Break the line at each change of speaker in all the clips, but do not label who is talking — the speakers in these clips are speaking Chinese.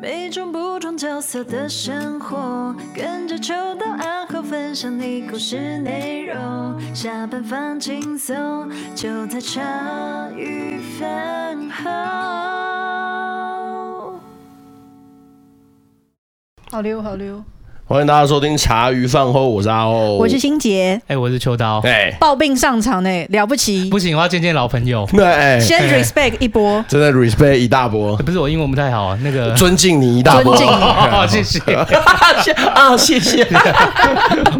每种不同角色的生活，跟着秋到暗号分享你故事内容。下班放轻松，就在茶余饭后。
好溜好溜，
欢迎大家收听茶余饭后，我是阿欧，
我是心杰，
哎、我是秋刀，
哎，
抱病上场呢、了不起，
不行，我要见见老 朋友。
对，哎
先 respect 一波，
真的 respect 一大波
哎，不是我英文不太好，那 个
尊敬你一大波，
尊 敬你
哦，谢谢，
谢啊，谢 谢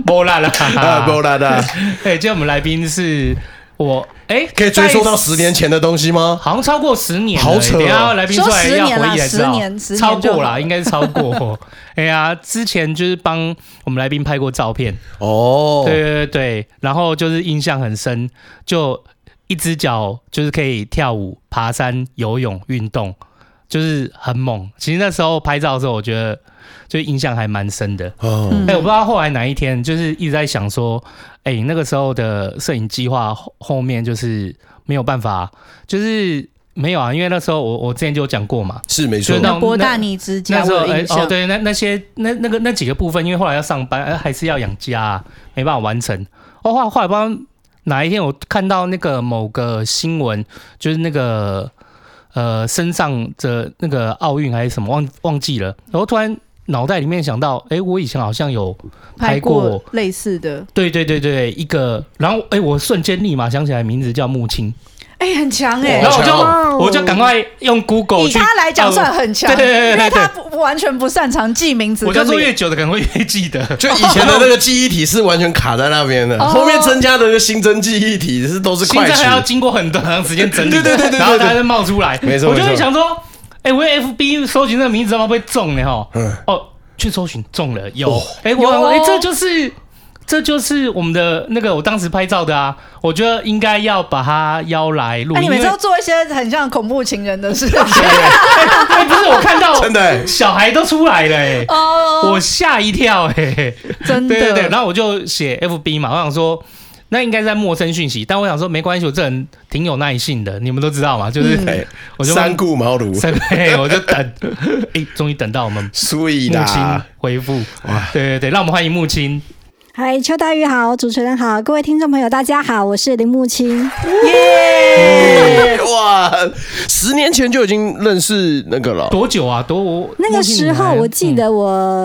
波啦啦，
啊，波拉的，
对，今天我们来宾是我，哎、
可以追溯到
在
十年前的东西吗？
好像超过十年了，欸
好扯哦
等一下来宾出来
说十
要
年啦
回忆才知道
十年十年
超
就
过
好
啦，应该是超过。 哎呀，之前就是帮我们来宾拍过照片，
哦，
对对对对，然后就是印象很深，就一只脚就是可以跳舞、爬山、游泳、运动，就是很猛。其实那时候拍照的时候，我觉得就印象还蛮深的。
哦，
嗯
哎、我不知道后来哪一天，就是一直在想说，哎、那个时候的摄影计划后后面就是没有办法，就是没有啊，因为那时候我我之前就有讲过嘛，
是没错
就，是那
那博大你指
那
甲
时
我
候
有
哎、
印
哦
象，
对，那那些那那个那几个部分，因为后来要上班，哎、还是要养家、啊，没办法完成。哦，后来后来不知道哪一天我看到那个某个新闻，就是那个呃身上的那个奥运还是什么忘忘记了，然后突然脑袋里面想到，哎、我以前好像有
拍
拍
过
过
类似的，
对对对对一个，然后哎、我瞬间立马想起来名字叫穆青，
哎、很强哎、
然后我就、
哇
我就赶快用 Google
以
去
他来讲
呃
算很强，
对对对对
因为
对对
他不完全不擅长记名字
我就
跟
说
脸，
越久的可能会越记得。
就以前的那个记忆体是完全卡在那边的，
哦
后面增加的那个新增记忆体是 都是
现
快
在
取
还，要经过很长时间整理，
对对对对对对
然后它再冒出来，
没错
我就
没错
会想说，哎、我用 FB 搜寻那个名字，他妈被中了哈，
嗯
哦，去搜寻中了，有
哦，
哎、我
有
哎、这就是这就是我们的那个我当时拍照的啊，我觉得应该要把它邀来录，
哎、你每
因
次
为
都做一些很像恐怖情人的事情
哎不是我看到
真的欸
小孩都出来了、哎
哦，
我吓一跳哎、
真的
对对对，然后我就写 FB 嘛，我想说那应该在陌生讯息，但我想说没关系，我这人挺有耐性的，你们都知道嘛，就是、
嗯
哎
哦我就
三顾茅庐，
三倍， 我就等，哎、终于等到我们
所以
木青
啦，
回复
哇，
对对对，让我们欢迎木青，
嗨，邱大宇好，主持人好，各位听众朋友大家好，我是林木清。
哇，十年前就已经认识那个了，
多久啊？多我
那个时候我记、
木青
得我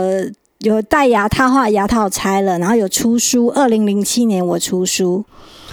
有戴牙套，后来牙套拆了，然后有出书。二零零七年我出书，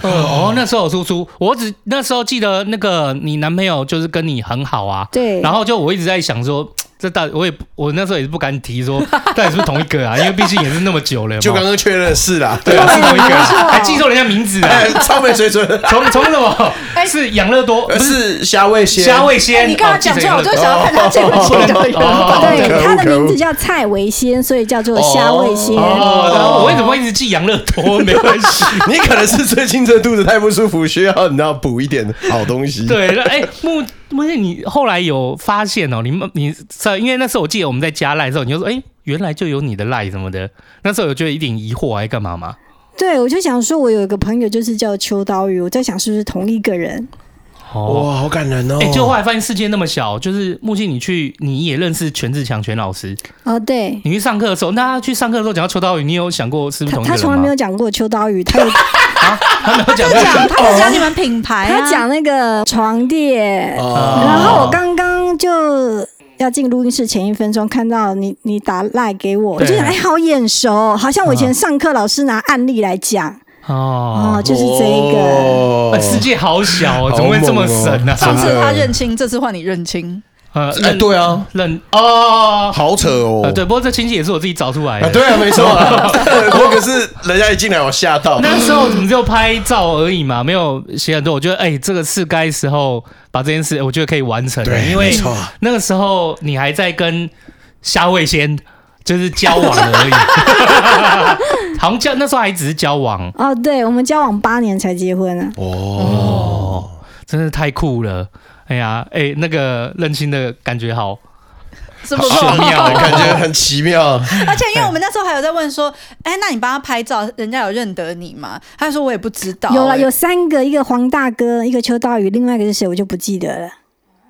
你还嗯呃哦，那时候我叔叔，我只那时候记得那个你男朋友就是跟你很好啊，
对，
然后就我一直在想说。这到底我也我那时候也是不敢提说到底是不是同一个啊，因为毕竟也是那么久了，有没有
就刚刚确认是啦，
对啊，是同一个
没
啊，
错
还记错人家名字啊
哎，，超没水准，
从从什么？
哎
是养乐多，
而
不是
是虾味鲜，
虾味
哎
鲜。
你刚
哦
刚讲出
记成
来，我
养乐
就
多
想要看他这个情人的原
哦
本。
可恶
对，他
可
的
恶
名字叫蔡维先，所以叫做虾味先。
哦，然后我为什么会一直记养乐多？没关系。
你可能是最近这肚子太不舒服，需要你知道补一点好东西。，
对，那哎、木木是你后来有发现哦，你们你在因为那时候我记得我们在加赖的时候，你就说哎、原来就有你的赖什么的，那时候有觉得一点疑惑还干嘛吗？
对，我就想说，我有一个朋友就是叫邱刀鱼，我在想是不是同一个人？
哦，
哇，好感人哦！
哎、就后来发现世界那么小，就是木星你去你也认识全志强全老师，
哦，对。
你去上课的时候，那他去上课的时候讲到邱道宇，你有想过是不是
他
同一
他
个人
从来没
吗
有？讲过邱刀鱼，他有
他没有讲过，
讲，他在讲你们品牌、啊，
他讲那个床垫，
哦
然后我刚刚就要进录音室前一分钟，看到你你打赖给我，我
对
就想哎，好眼熟，好像我以前上课老师拿案例来讲
哦
哦，，就是这一个。
哦
哎世界好小哦，怎么会这么神呢、
上
啊？
次他认亲，这次换你认亲，
呃
哎，对啊，
认哦，
好扯哦
呃，。对，不过这亲戚也是我自己找出来的。
啊，对啊，没错啊。 我可是人家一进来，我吓到。
那时候你就拍照而已嘛，没有写很多。我觉得，哎、这个是该时候把这件事，我觉得可以完成了，
对，
因为
没错啊
那个时候你还在跟虾味先就是交往而已， 好像交那时候还只是交往，
哦，对，我们交往八年才结婚啊。
哦，
真的太酷了。哎呀，哎、那个认亲的感觉好
是不是？
好妙哦，
感觉很奇 妙。
而且因为我们那时候还有在问说，哎、那你帮他拍照，人家有认得你吗？他说我也不知道、
有了，
哎
有三个，一个黄大哥，一个邱道宇，另外一个是谁我就不记得了。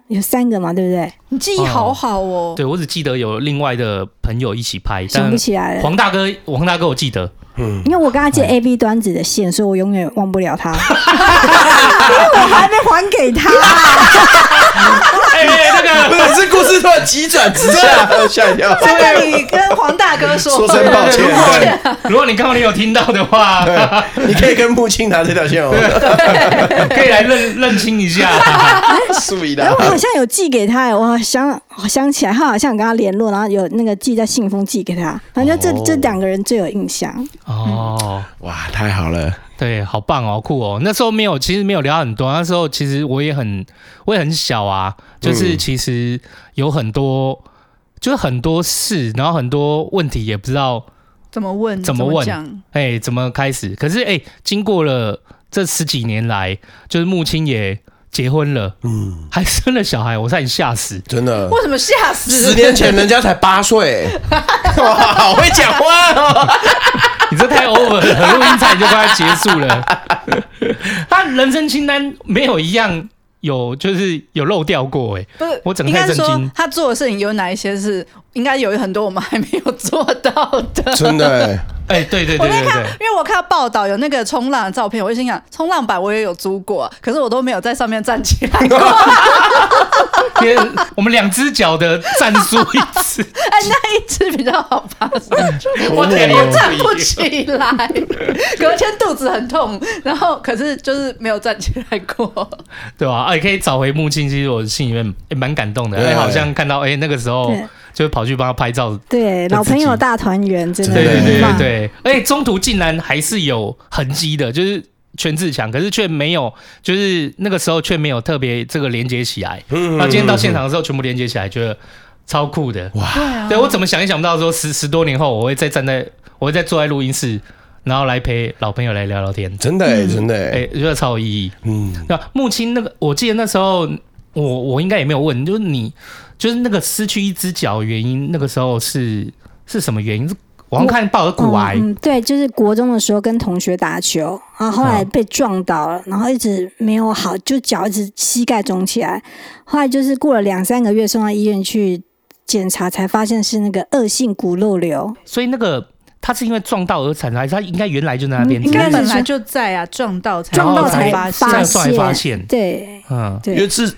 有三个嘛，对不对？
你记忆好好哦。
对我只记得有另外的朋友一起拍，
想
但
不起来了，
黄大哥，黄大哥我记 得，
嗯，
因为我跟他借
哎
A B 端子的线，所以我永远忘不了 他，因为我还没还给他。
哎、哎那
不
个。
是，这故事突然急转直下，吓一跳。
在那里跟黄大哥说，
说声 抱歉，
如果你刚好你有听到的话，
对，你可以跟木青拿这条线哦，
可以来认认清一下。
素以
啊
哎，
的
我。好像有寄给他，哎我想我想起来，他好像有跟他联络，然后有那个寄在信封寄给他。反正这、
哦
这两个人最有印象。
哦，
哇，太好了，
对，好棒哦，酷哦。那时候没有，其实没有聊很多。那时候其实我也很，我也很小啊，就是
嗯
其实有很多，就是很多事，然后很多问题也不知道
怎么问？
怎么
么
问
讲？
哎、怎么开始？可是哎、经过了这十几年来，就是木青也结婚了，
嗯，
还生了小孩，我差点吓死。
真的。
为什么吓死？
十年前人家才八岁，哇，好会讲话哦！
你这太 over 了，录音差点就快要结束了。他人生清单没有一样有，就是有漏掉过、哎，
不是
我整个
应该
太
是
震
说
惊。
他做的事情有哪一些是应该有很多我们还没有做到 的。
真的，欸
哎、对对
我
对
在
对
看
对，，
因为我看到报道有那个冲浪的照片，我就心想，冲浪板我也有租过，可是我都没有在上面站起来 过。
因为我们两只脚的战术一致，
哎，那一只比较好爬上去，
我
哦
脸
我站不起来，隔天肚子很痛，然后可是就是没有站起来 过。
对吧、啊，也可以找回木青，其实我心里面也蛮感动的，
对
哎，好像看到哎、那个时候
对
就跑去帮他拍照
对，
这
老朋
自
友
己
大团圆，嗯真的
对对
很
对
棒
对对，而且中途竟然还是有痕迹的，就是全自强，可是却没有，就是那个时候却没有特别这个连接起来。
嗯
那今天到现场的时候，全部连接起来，觉得超酷的。
对啊
对我怎么想也想不到，说十十多年后，我会再站在，我会再坐在录音室，然后来陪老朋友来聊聊天，
真的，欸真的，
哎，觉得超有意义。
嗯，
那木青那个，我记得那时候我我应该也没有问，就是你就是那个失去一只脚的原因，那个时候是是什么原因？是我好像看报的骨癌。
嗯嗯，对，就是国中的时候跟同学打球，然后后来被撞倒了，然后一直没有好，就脚一直膝盖肿起来。后来就是过了两三个月，送到医院去检查，才发现是那个恶性骨肉瘤。
所以那个他是因为撞到而产的，还是他应该原来就在那边？
嗯
应
应
该
该
本
本
来
来
就在啊，撞到才
撞到
才
发
发
这
现
样算发现，
对
嗯，
因为
对
是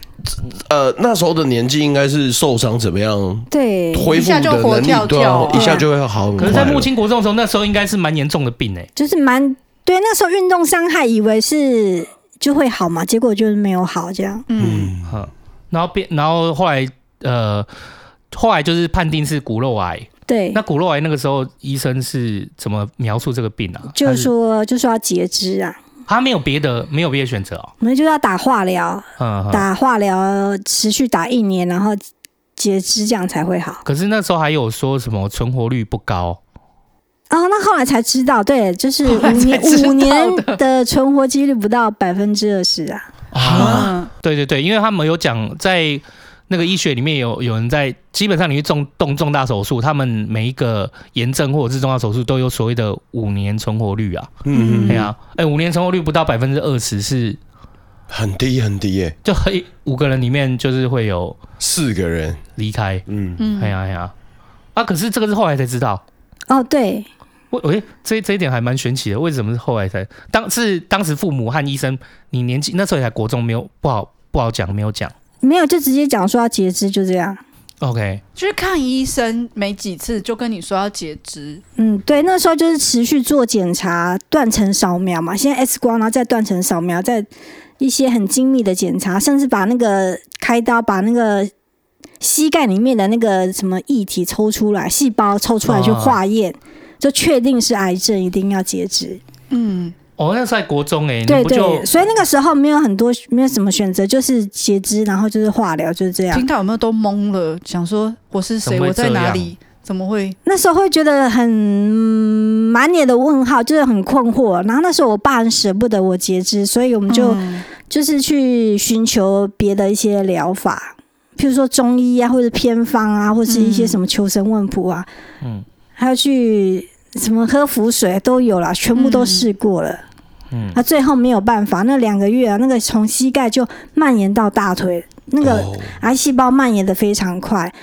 呃那时候的年纪应该是受伤怎么样
对，
恢复的
一下就活
能
跳
力，对啊
跳，
一下就会好很
可
快
是，
了。
在木青国中的时候，那时候应该是蛮严重的病欸诶、
就是蛮对。那时候运动伤害以为是就会好嘛，结果就是没有好，这样。
嗯，
嗯，
嗯，然后变，然后后来呃，后来就是判定是骨肉癌。
对，
那骨肉癌那个时候医生是怎么描述这个病啊？
就
他
是说就说要截肢啊，
他没有别的，没有别的选择哦。
我们就要打化疗，
啊
嗯，嗯
打化疗持续打一年，然后截肢这样才会好。
可是那时候还有说什么存活率不高，
哦，那后来才知道，对，就是
后
五
来才
年
知道的
五年的存活几率不到百分之二十啊。
啊，
对对对，因为他们有讲在那个医学里面有有人在，基本上你去重动重大手术，他们每一个炎症或者是重大手术都有所谓的五年存活率啊，
嗯，
对啊，哎、五年存活率不到百分之二十是
很低很低耶，
就很五个人里面就是会有
四个人，
离开，
嗯，
嗯
哎呀哎呀，啊，可是这个是后来才知道。
哦，对，
我我这这一点还蛮玄奇的，为什么是后来才当是当时父母和医生，你年纪那时候也才国中，没有不好不好讲，没有讲。
没有就直接讲说要截肢，就这样。
OK，
就是看医生没几次就跟你说要截肢，
嗯，对，那时候就是持续做检查，断层扫描嘛，现在 X 光，然后再断层扫描，再一些很精密的检查，甚至把那个开刀把那个膝盖里面的那个什么液体抽出来，细胞抽出来去
哦
化验，就确定是癌症，一定要截肢。
嗯，
哦，那时候在国中哎、你
对
不就
对，所以那个时候没有很多，没有什么选择，就是截肢，然后就是化疗，就是这样
听。到有没有都懵了，想说我是谁，
怎么会
我在
这
哪
样
里，怎么会？
那时候会觉得很嗯满脸的问号，就是很困惑。然后那时候我爸很舍不得我截肢，所以我们就、
嗯
就是去寻求别的一些疗法，譬如说中医啊，或者偏方啊，或是一些什么求神问卜啊，
嗯
还有去什么喝符水都有啦，全部都试过了。
嗯
啊那、最后没有办法，那两个月啊，那个从膝盖就蔓延到大腿，那个
哦
癌细胞蔓延的非常快，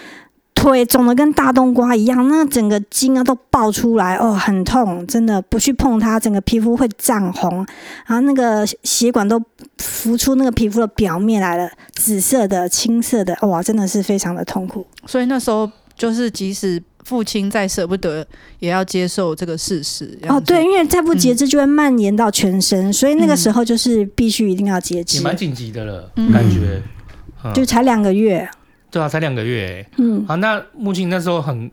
腿肿的跟大冬瓜一样，那整个筋啊都爆出来，哦，很痛，真的不去碰它，整个皮肤会涨红，然后那个血管都浮出那个皮肤的表面来了，紫色的、青色的，哇，真的是非常的痛苦。
所以那时候就是，即使父亲再舍不得，也要接受这个事实。这样
哦，
子
对，，因为
嗯
再不节制就会蔓延到全身，所以那个时候就是必须一定要节
也
制，
蛮紧急的了，
嗯
感觉。嗯
就才两个月，
对啊，才两个月、
嗯，
啊。那木庆那时候很，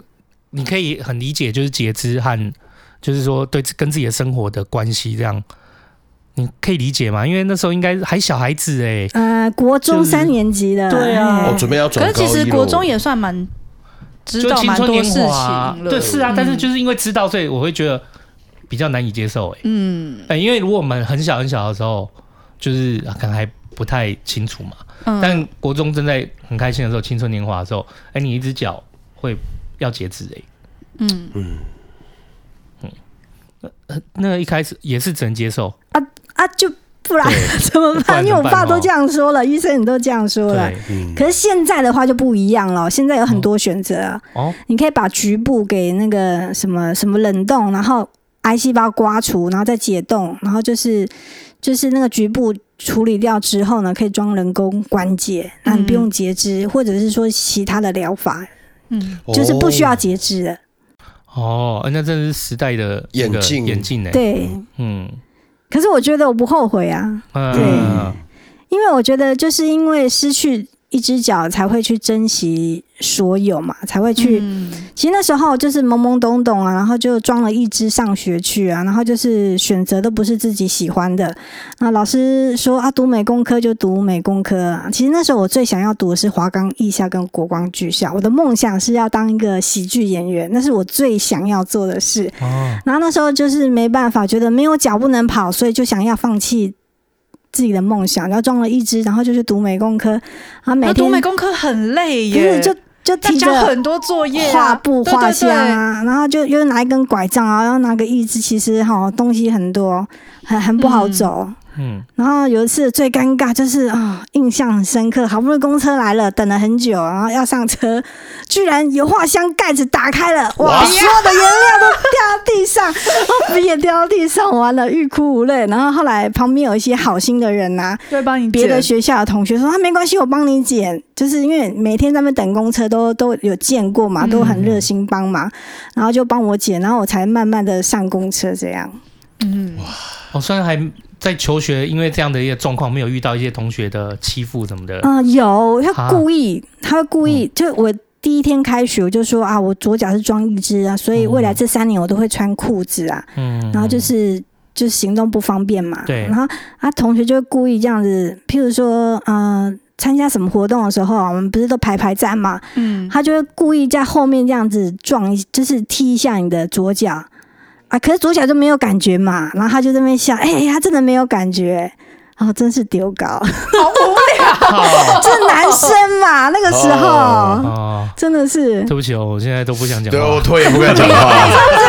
你可以很理解，就是截肢和就是说对跟自己的生活的关系这样，你可以理解吗？因为那时候应该还小孩子哎、
呃，国中
就是
三年级的，
对啊
哎
哦，准备要转
可是
高一
其
了。
实国中也算蛮知
就
道
青
蛮
春
多
年
事情
华啊、
了。
对，是啊
嗯。
但是就是因为知道，所以我会觉得比较难以接受哎、
嗯
哎、因为如果我们很小很小的时候，就是啊可能还不太清楚嘛。
嗯，
但国中正在很开心的时候，青春年华的时候，哎、你一只脚会要截肢哎、
嗯
那一开始也是只能接受，
啊，就不然 怎么
不然
办？因为我
怎么办
爸
哦
都这样说了，医生你都这样说了
对。，
嗯，
可是现在的话就不一样了，现在有很多选择啊，
哦，
你可以把局部给那个什么什么冷冻，然后癌细胞刮除，然后再解冻，然后就是就是那个局部处理掉之后呢，可以装人工关节，那你不用截肢，
嗯
或者是说其他的疗法，
嗯，
就是不需要
哦
截肢的。
哦，呃那真的是时代的那个
眼镜
眼镜哎、，
对，
嗯
可是我觉得我不后悔啊。
嗯，
因为我觉得，就是因为失去一只脚，才会去珍惜所有嘛，才会去。
嗯
其实那时候就是懵懵懂懂啊，然后就装了一只上学去啊，然后就是选择都不是自己喜欢的。那老师说啊，读美工科就读美工科啊。其实那时候我最想要读的是华冈艺校跟国光剧校，我的梦想是要当一个喜剧演员，那是我最想要做的事。
哦，
然后那时候就是没办法，觉得没有脚不能跑，所以就想要放弃自己的梦想，然后装了一只，然后就去读美工科，然后每
那啊读
天
美工科很累
不
耶，
是就就
大
提
家
着
很多作业啊
画布
对对
画箱
对
啊，然后就又拿一根拐杖啊，然后拿个义肢，其实哈东西很多，很很不好
嗯
走。
嗯，
然后有一次最尴尬就是啊、印象很深刻，好不容易公车来了，等了很久，然后要上车，居然油画箱盖子打开了，哇，
哇
所有
啊
的颜料都掉到地上， 然后笔也掉到地上，完了欲哭无泪。然后后来旁边有一些好心的人呐、啊
就会帮你
别的
剪
学校的同学说啊，没关系，我帮你剪，就是因为每天在那边等公车都都有见过嘛，
嗯
都很热心帮忙，然后就帮我剪，然后我才慢慢的上公车这样。
嗯，
我、哦虽然还在求学，因为这样的一个状况，没有遇到一些同学的欺负什么的，
嗯、有
啊
他故意，他会故意，就我第一天开学我就说啊，我左脚是装一只啊，所以未来这三年我都会穿裤子啊，
嗯，
然后就是。就是行动不方便嘛，
对
然后啊，同学就会故意这样子，譬如说，呃，参加什么活动的时候啊，我们不是都排排站嘛，
嗯，
他就会故意在后面这样子撞一，就是踢一下你的左脚啊，可是左脚就没有感觉嘛，然后他就在那边笑，哎、他真的没有感觉。哦，真是丢搞，
好无
啊
哦
这男生嘛，那个时候、
哦
哦，
真的是
对不起哦，我现在都不想讲
对啊我
话。
腿也不敢讲 话，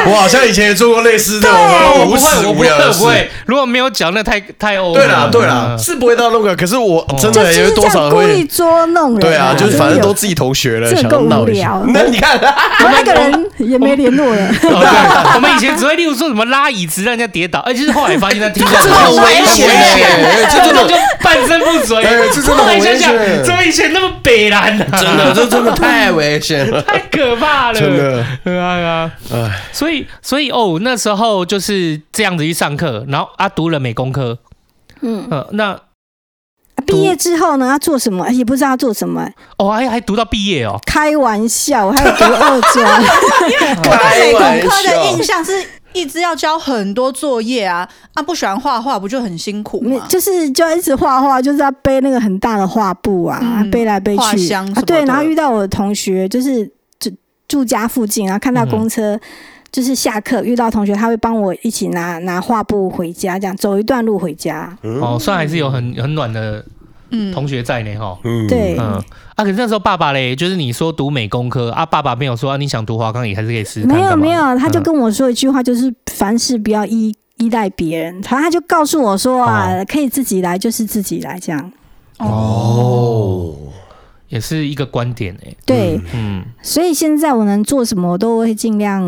我好像以前也做过类似的，
哦我
啊我
不
无
会，
耻
我不
无
会，
聊的
我不
事
会。。如果没有讲，那太太 over
对啦，对啦，
嗯
是不会到那个，可是我真
就
的因
是
为
这
多
样
少
故
会
意，捉弄人、啊，
哦对啊，就是反正
真的有
都自己同学了，
这
想
够
要闹
无
一下
聊。
那你看，
然后那个人也没联络 了，
哦对我们以前只会例如说什么拉椅子让人家跌倒，而且是后来发现他听下
这很危险欸
危险
这真的
就半身不遂。
哎这真的很
后来想想
危险
怎么以前那么北蓝呢？
真的，这真的太危险了，
太可怕 了，
真的，
对啊。对啊
哎，
所以，所以哦，那时候就是这样子去上课，然后啊读了美工科，
嗯，
呃，那
啊毕业之后呢，要做什么也不知道要做什么，
哦还还读到毕业哦，
开玩笑，我还有读二 专，
我对美
开
工
玩
科的
笑
印象是一直要交很多作业啊，啊不喜欢画画不就很辛苦
没
吗？
就是就要一直画画，就是要背那个很大的画布啊，
嗯
背来背
画
去
箱什
啊
么。
对，
的
然后遇到我的同学，就是住住家附近，然后看到
嗯
公车。就是下课遇到同学，他会帮我一起拿拿画布回家，这样走一段路回家。
哦，算还是有很很暖的
嗯，
同学在呢哈、
嗯
对
嗯啊，可是那时候爸爸嘞，就是你说读美工科啊，爸爸没有说、啊、你想读华冈也还是可以试试看
没有
干嘛
没有，他就
嗯
跟我说一句话，就是凡事不要依依赖别人。他他就
哦
告诉我说啊，可以自己来，就是自己来这样。
哦，
哦，
也是一个观点哎、
对，
嗯
嗯，
所以现在我能做什么，我都会尽量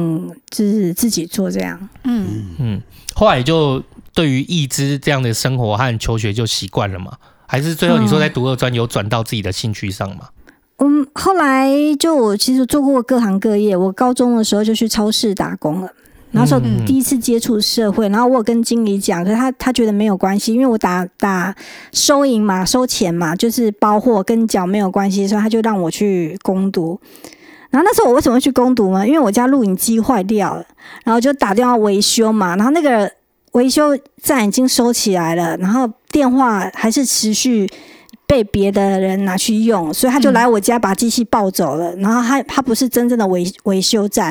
就是自己做这样。
嗯，
嗯，后来就对于义肢这样的生活和求学就习惯了嘛？还是最后你说在读二专有转到自己的兴趣上嘛？
嗯，后来就我其实做过各行各业，我高中的时候就去超市打工了。那时候
嗯
第一次接触社会，然后我有跟经理讲，可是他他觉得没有关系，因为我打打收银嘛、收钱嘛，就是包货跟缴没有关系，所以他就让我去攻读。然后那时候我为什么会去攻读呢？因为我家录影机坏掉了，然后就打电话维修嘛，然后那个维修站已经收起来了，然后电话还是持续被别的人拿去用，所以他就
嗯
来我家把机器抱走了。然后他他不是真正的维维修站，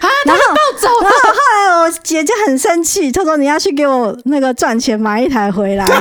啊，
然后
要走
然后后来我姐就很生气，她说你要去给我那个赚钱买一台回来。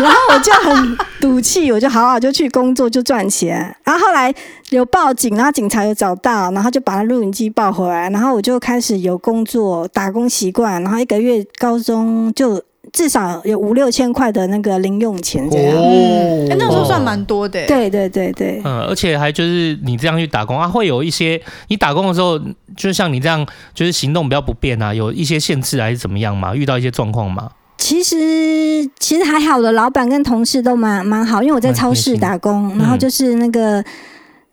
然后我就很赌气，我就好好就去工作就赚钱。然后后来有报警，然后警察有找到，然后就把那录影机抱回来。然后我就开始有工作打工习惯，然后一个月高中就至少有五六千块的那个零用钱这样。
哦
嗯哎、那时候算蛮多的、欸，
对对对对，
嗯，而且还就是你这样去打工啊，会有一些你打工的时候，就像你这样，就是行动比较不便啊，有一些限制还是怎么样嘛？遇到一些状况嘛？
其实其实还好的，老板跟同事都蛮蛮好，因为我在超市打工，
嗯
心
然后就是那个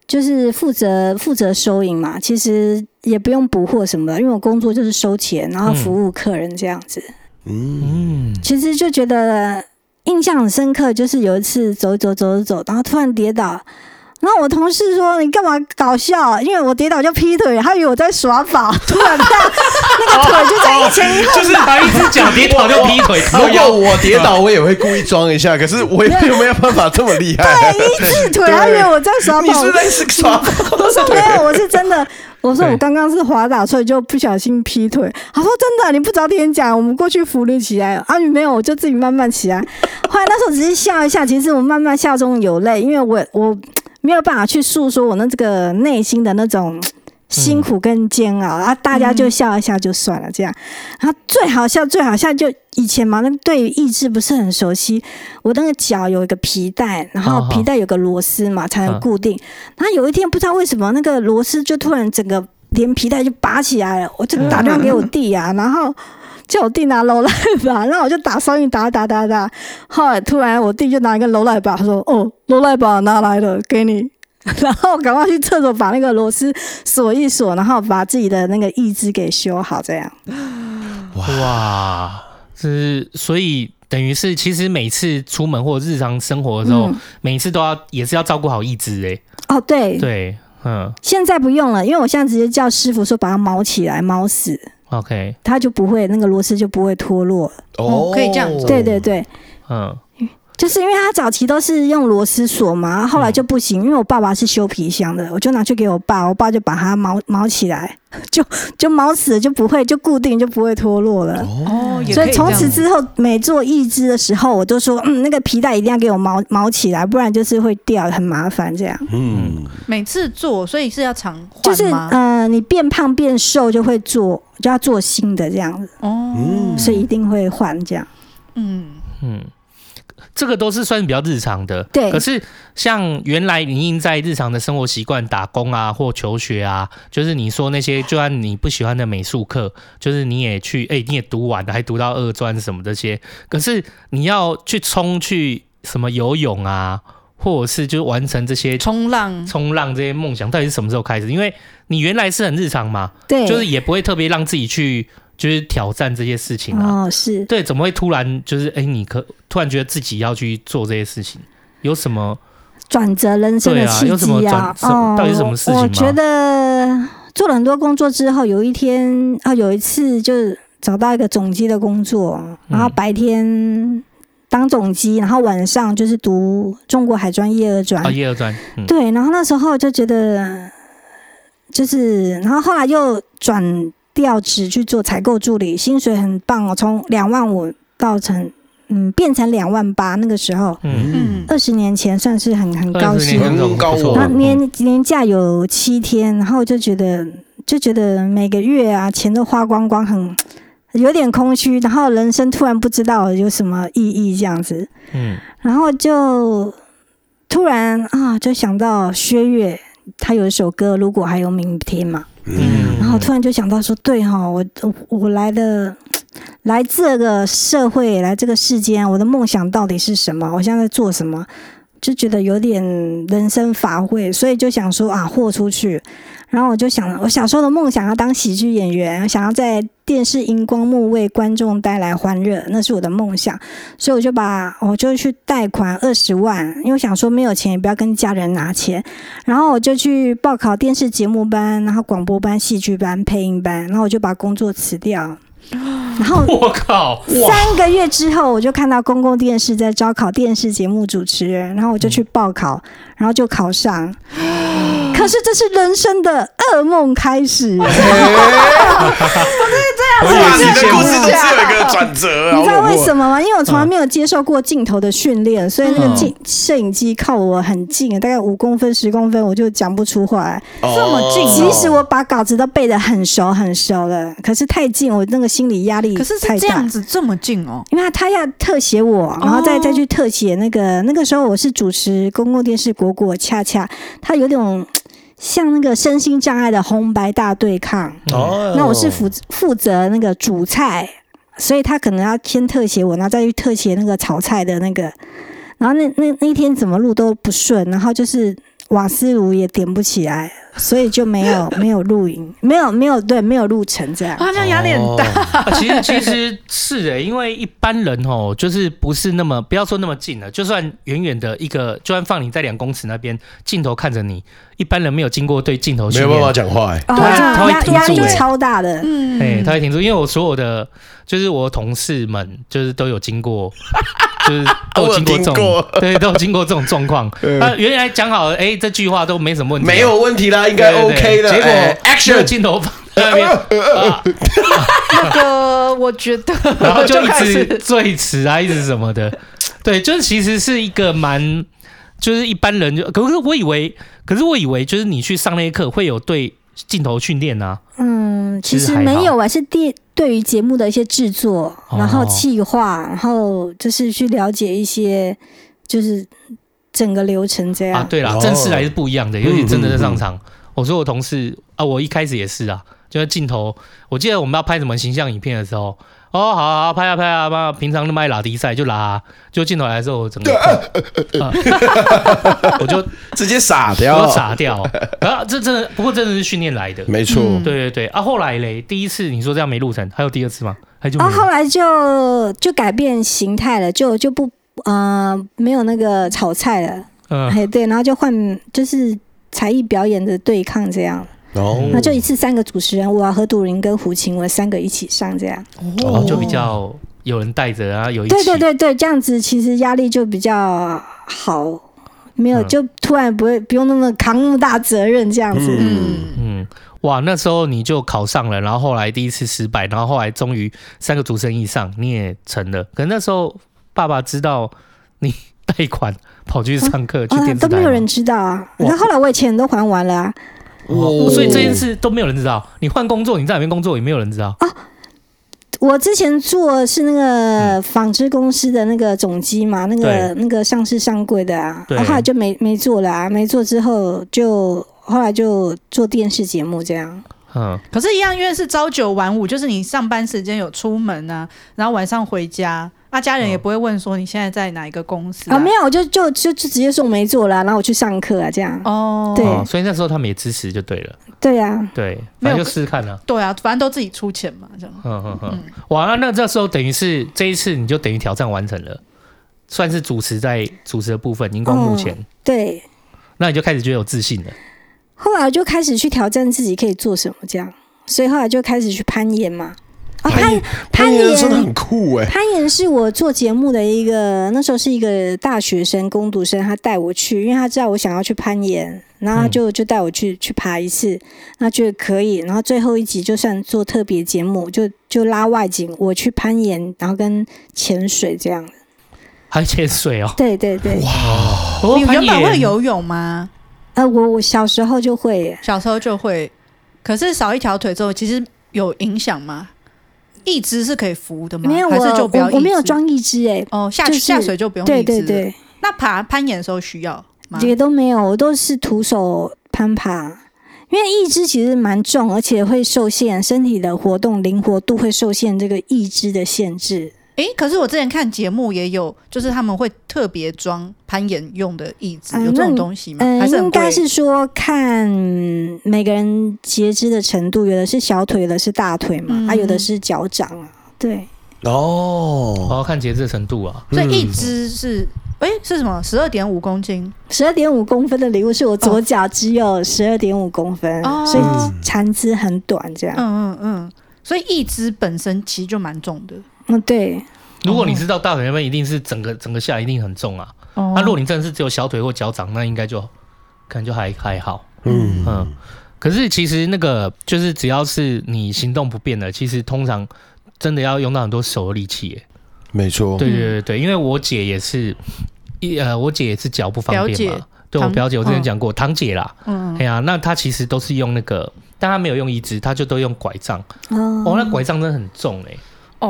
就是负责负责收银嘛，其实也不用补货什么的，因为我工作就是收钱，然后服务客人这样子。
嗯，
嗯，
其实就觉得印象很深刻，就是有一次走一走走一走，然后突然跌倒。然后我同事说：“你干嘛搞笑？因为我跌倒就劈腿，他以为我在耍宝，突然这样那个腿就在
哦
一前一后
就是把一只脚跌倒就劈腿，
如
靠腰
果我跌倒，我也会故意装一下，可是我也没有办法这么厉害。
一次腿，他以为我在 耍
你
宝。
是在是耍 宝？
我说没有，我是真 的。我说
对
我刚刚是滑倒，所以就不小心劈腿。他说真的，你不早点讲，我们过去扶你起来。啊，没有，我就自己慢慢起来。后来那时候只是笑一笑，其实我慢慢笑中有泪，因为我我没有办法去诉说我那这个内心的那种。辛苦跟煎熬，啊，大家就笑一笑就算了，这样。然后最好笑，最好笑就以前嘛，那个对于意志不是很熟悉，我那个脚有一个皮带，然后
好好
皮带有个螺丝嘛，才能
嗯
固定。然后有一天不知道为什么那个螺丝就突然整个连皮带就拔起来了，我就打电话给我弟啊，然后叫我弟拿 楼赖吧，然后我就打双运打打打打，后来突然我弟就拿一个楼赖吧，他说哦楼赖吧拿来了给你。 然后赶快去厕所把那个螺丝锁一锁，然后把自己的那个义肢给修好，这样。
哇，是所以等于是其实每次出门或日常生活的时候，
嗯
每一次都要也是要照顾好一只哎、
哦，对，
对，嗯
现在不用了，因为我现在直接叫师傅说把它铆起来，铆死，
，OK，
它就不会那个螺丝就不会脱落了。
哦可以这样子
对对对，
嗯
就是因为他早期都是用螺丝锁嘛，后来就不行，因为我爸爸是修皮箱的，我就拿去给我爸，我爸就把它铆铆起来， 就就铆死了，就不会就固定就不会脱落了。
哦，也
所
可
以
这样
从此之后，每做义肢的时候，我都说，嗯，那个皮带一定要给我铆铆起来，不然就是会掉，很麻烦。这样
嗯，
每次做，所以是要常换
就是
吗
呃，你变胖变瘦就会做，就要做新的这样子，
哦，
嗯
所以一定会换这样。
嗯，
嗯，这个都是算比较日常的。
对
可是像原来你应在日常的生活习惯、打工啊或求学啊，就是你说那些，就算你不喜欢的美术课，就是你也去，哎、你也读完了，还读到二专什么这些。可是你要去冲去什么游泳啊，或者是就完成这些
冲浪
冲浪这些梦想，到底是什么时候开始？因为你原来是很日常嘛，
对，
就是也不会特别让自己去就是挑战这些事情啊。
哦，是
对，怎么会突然就是哎、诶你可突然觉得自己要去做这些事情？有什么？
转折人生的契机
对啊
啊
有什么转！什么
哦
到底是什么事情吗
我觉得做了很多工作之后，有一天啊，有一次就是找到一个总机的工作，
嗯
然后白天当总机，然后晚上就是读中国海专业二专
啊，。叶二专，嗯，
哎对，然后那时候就觉得，就是，然后后来又转调职去做采购助理，薪水很棒哦，从两万五到成嗯变成两万八，那个时候。
嗯，
嗯
二十年前算是很很高
20
兴
年，前
嗯高我
然后
嗯
年年假有七天，然后就觉得就觉得每个月啊钱都花光光，很有点空虚，然后人生突然不知道有什么意义这样子，
嗯
然后就突然啊，就想到薛岳，他有一首歌《如果还有明天》嘛，
嗯，
然后突然就想到说，对哈、我我我来的来这个社会，来这个世间，我的梦想到底是什么？我现在在做什么？就觉得有点人生乏味，所以就想说啊，豁出去。然后我就想，我小时候的梦想要当喜剧演员，想要在电视荧光幕为观众带来欢乐，那是我的梦想。所以我就把我就去贷款二十万，因为我想说没有钱也不要跟家人拿钱，然后我就去报考电视节目班，然后广播班、戏剧班、配音班，然后我就把工作辞掉。然后
我靠，
三个月之后，我就看到公共电视在招考电视节目主持人，然后我就去报考，然后就考上。可是这是人生的噩梦开始，
哇，
啊
你的故事总是有一个转 折啊！
你知道
我
为什么吗？因为我从来没有接受过镜头的训练，所以那个镜摄影机靠我很近，大概五公分、十公分，我就讲不出话来。
这么近
即使我把稿子都背得很熟很熟了，可是太近，我那个心理压力
可是
太
是这
大
样。子这么近哦，
因为他要特写我，然后再
哦
再去特写那个那个时候我是主持公共电视《果果恰恰》，他有点嘖像那个身心障碍的红白大对抗。
哦
那我是负负责那个主菜，所以他可能要先特写我，然后再去特写那个炒菜的那个。然后那那那一天怎么录都不顺，然后就是瓦斯炉也点不起来，所以就没有没有录影，没有没有对没有录成这样。
啊，那压力很
哦
大。
啊、其实其实是诶、因为一般人哦，就是不是那么不要说那么近了，就算远远的一个，就算放你在两公尺那边，镜头看着你，一般人没有经过对镜头
没
训
有
练，
办法讲话哎、
哦，
对啊
这
他
样
会
压
停
压
住
力
欸
超大的。
嗯
哎、他会停住，因为我所有的就是我同事们，就是都有经过， 就是都有经过这
我有
种，
听过
对，都有经过这种状况。
嗯
啊，原来讲好了，哎、这句话都没什么问题啊，
没有问题啦，应
对
该
对对
OK 的。
结果、
哎
没有
action，
镜头放在那 边， 啊
那 个我觉得，
然后就一
开
直
始
最迟啊，一直什么的，对，就是其实是一个蛮，就是一般人就，可是我以为，可是我以为就是你去上那些课会有对镜头训练啊，
嗯，
其
其
实
实
还好
没有啊，是对对于节目的一些制作，
哦
然后企划，然后就是去了解一些，就是整个流程这样。
啊，对啦，
哦
正式来是不一样的，尤其真的在上场。我说我同事啊，我一开始也是啊，就是镜头，我记得我们要拍什么形象影片的时候，哦，好啊，好啊拍啊拍啊，妈，平常就卖拉迪赛就拉啊，就镜头来的时候，我整个，啊我就
直接傻
我
掉
就，傻掉，啊，这真的，不过真的是训练来的，
没错。
嗯
对对对啊，后来嘞，第一次你说这样没录成，还有第二次吗？还就没
然
有
后后来就就改变形态了，就就不呃没有那个炒菜了，
嗯，
哎、对，然后就换就是才艺表演的对抗这样，
嗯
哦
那就一次三个主持人，我啊何笃林跟胡琴文三个一起上这样。
哦，就比较有人带着，然后有一起
对对对对，这样子其实压力就比较好，没有、
嗯
就突然不会不用那么扛那么大责任这样子。
嗯，
嗯，哇，那时候你就考上了，然后后来第一次失败，然后后来终于三个主持人以上你也成了。可是那时候爸爸知道你贷款跑去上课、去
啊
电，视
都
台吗，
没有人知道啊！
哇
那后来我也钱都还完了啊！
哦，所以这件事都没有人知道。你换工作，你在哪边工作也没有人知道。
我之前做是那
嗯
个纺织公司的那个总机嘛，那个那个上市上柜的啊，
对
啊后来就没没做了啊，没做之后就后来就做电视节目这样。
嗯，
可是，一样因为是朝九晚五，就是你上班时间有出门啊，然后晚上回家，啊，家人也不会问说你现在在哪一个公司
啊，没有，我就就就就直接说我没做了啊、然后我去上课啊，这样。
哦，
对
哦，所以那时候他们也支持就对了，
对啊，
对，
没
那
有
就试试看啊。
对啊，反正都自己出钱嘛，这样。
嗯嗯嗯，哇，那那这时候等于是这一次你就等于挑战完成了，算是主持在主持的部分，荧光幕前，
对。
那你就开始觉得有自信了。
后来就开始去挑战自己可以做什么，这样，所以后来就开始去攀岩嘛。啊、
攀岩
攀
攀岩真的
岩，
很酷哎、
攀岩是我做节目的一个，那时候是一个大学生攻读生，他带我去，因为他知道我想要去攀岩，然后他就就带我去去爬一次，那觉得可以，然后最后一集就算做特别节目，就就拉外景，我去攀岩，然后跟潜水这样。
还潜水哦，
对对对，
哦
你原本
攀岩
会游泳吗？
呃，我我小时候就会耶，
小时候就会，可是少一条腿之后，其实有影响吗？一只是可以扶的吗？
没有
嗯啊还是就
我
不要
我我没有
一只
装一只哎，
哦，下
就是
下水就不用
对
一只
对
了
对。
那爬攀岩的时候需要吗？
也都没有，我都是徒手攀爬。因为义肢其实蛮重，而且会受限身体的活动灵活度，会受限这个义肢的限制。
诶，可是我之前看节目也有，就是他们会特别装攀岩用的椅子，
嗯
有这
那
种
你
东西吗？还
嗯，
是
应
很贵
该是说看每个人截肢的程度，有的是小腿，有的是大腿嘛，
嗯
啊，有的是脚掌啊。对，
我
哦，
要看节制的程度啊。
所以一只是诶，是什么？十二点五公斤
十二点五公分的礼物是我左脚只有十二点五公分，
哦
所以残肢很短，这样。嗯
嗯嗯嗯，所以一只本身其实就蛮重的。
嗯对，
如果你知道大腿那边一定是整个整个下来一定很重啊。
哦
那、如果你真的是只有小腿或脚掌，那应该就可能就还还好。
嗯
嗯，可是其实那个就是只要是你行动不便的，其实通常真的要用到很多手的力气耶。
没错，
对对对对，因为我姐也是，一呃，我姐也是脚不方便
表姐
嘛。对我
堂
表姐，我之前
嗯
讲过、堂姐啦，
嗯
哎呀、那她其实都是用那个，但她没有用移植，她就都用拐杖。
哦
哦，那拐杖真的很重哎、
哦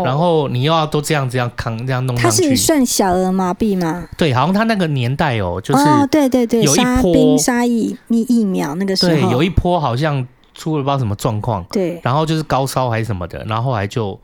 然后你又要都这样这样扛这样弄
它
上
是
去，
算小儿麻痹吗？
对，好像她那个年代哦，就是、
哦，对对对，
有一
杀
波
冰杀疫疫疫苗那个时
对，
候，
有一波好像出了不知道什么状况，
对
然后就是高烧还是什么的，然后后来就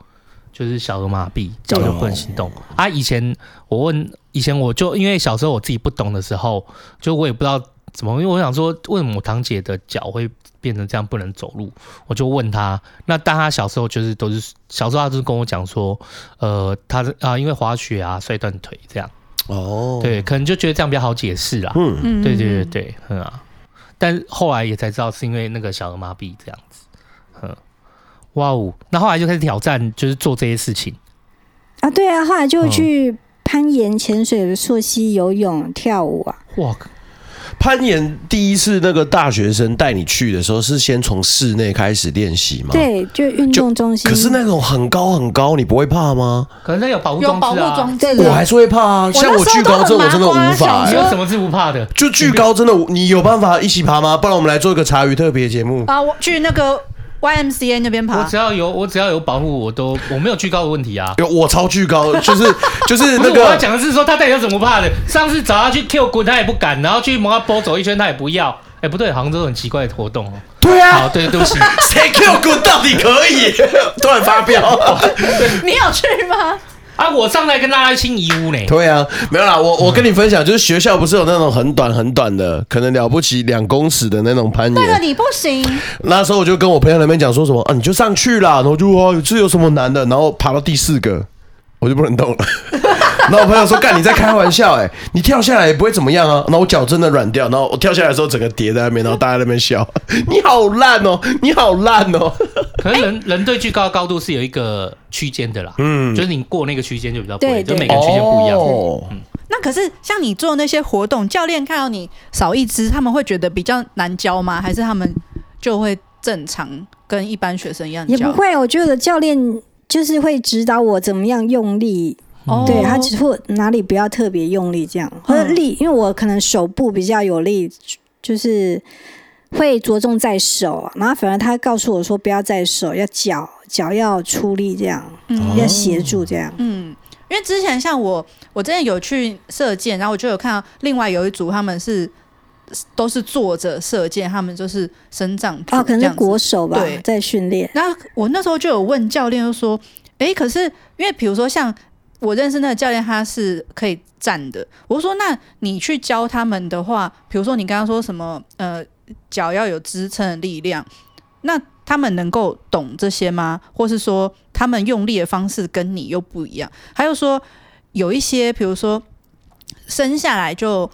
就是小儿麻痹，脚就不能行动啊。以前我问，以前我就因为小时候我自己不懂的时候，就我也不知道怎么，因为我想说为什么我堂姐的脚会变成这样不能走路，我就问她。那但她小时候就是都是小时候她就是跟我讲说，呃，她是啊、因为滑雪啊摔断腿这样，
哦，
对，可能就觉得这样比较好解释啦。
嗯，
嗯
对对对，对，嗯啊，但后来也才知道是因为那个小儿麻痹这样子，嗯，哇哦，那后来就开始挑战，就是做这些事情，
啊，对啊，后来就
嗯
去攀岩、潜水、溯溪、游泳、跳舞啊。
哇，
攀岩第一次那个大学生带你去的时候，是先从室内开始练习
嗯
吗？。
对，就运动中心。
可是那种很高很高，你不会怕吗？
可能那有保护
有
装
保护
置啊，
装置
对
我还是会怕啊，像我惧高症，我真的无
我
法、
那
你
时
有
候
欸。
哎什么是不怕的？
就惧高真的无，你有办法一起爬吗？不然我们来做一个茶余特别节目。
啊，我去那个 YMCA 那边
我
爬
只，要有我只要有保护，我都我没有惧高的问题啊。
有我超惧高， 就是就是
不是
那
我要
个
讲的是说他到底有什么不怕的？上次找他去 Q 滚他也不敢，然后去摩波走一圈他也不要。哎、不对，杭州很奇怪的活动哦。
对
好，
啊，
对，对不 起，
谁 Q 滚到底可以？ 突然发 飙。
你有去吗？
啊，我上来跟大家清遗屋呢。
对啊，没有啦，我我跟你分享，就是学校不是有那种很短很短的，可能了不起两公尺的那种攀
那个
岩。
你不行，
那时候我就跟我朋友那边讲说什么啊，你就上去啦，然后我就哇，这有什么难的？然后爬到第四个，我就不能动了。 然后我朋友说：“干，你在开玩笑哎、你跳下来也不会怎么样啊。”然后我脚真的软掉，然后我跳下来的时候整个跌在那边，然后大家在那边笑：“ 你好烂哦，你好烂哦。
可能人、人对巨高的高度是有一个区间的啦，嗯，就是你过那个区间就比较不会，
对对
哎
就每个区间不一样。
哦
那可是像你做那些活动，教练看到你少一只，他们会觉得比较难教吗？还是他们就会正常跟一般学生一样教？
也不会，我觉得教练就是会指导我怎么样用力，
哦，
对他只会哪里不要特别用力这样，或
嗯
者力，因为我可能手部比较有力，就是会着重在手，啊然后反而他告诉我说不要在手，要脚，脚要出力这样，
哦
嗯
要协助这样。
嗯，因为之前像我，我之前有去射箭，然后我就有看到另外有一组他们是都是坐着射箭，他们就是伸长
哦，可能是
国。
国手吧
对，
在训练。
那我那时候就有问教练，就说：“诶，可是因为比如说像我认识那个教练，他是可以站的。我就说，那你去教他们的话，比如说你刚刚说什么，呃，脚要有支撑的力量，那他们能够懂这些吗？或是说他们用力的方式跟你又不一样？还有说有一些，比如说生下来就。”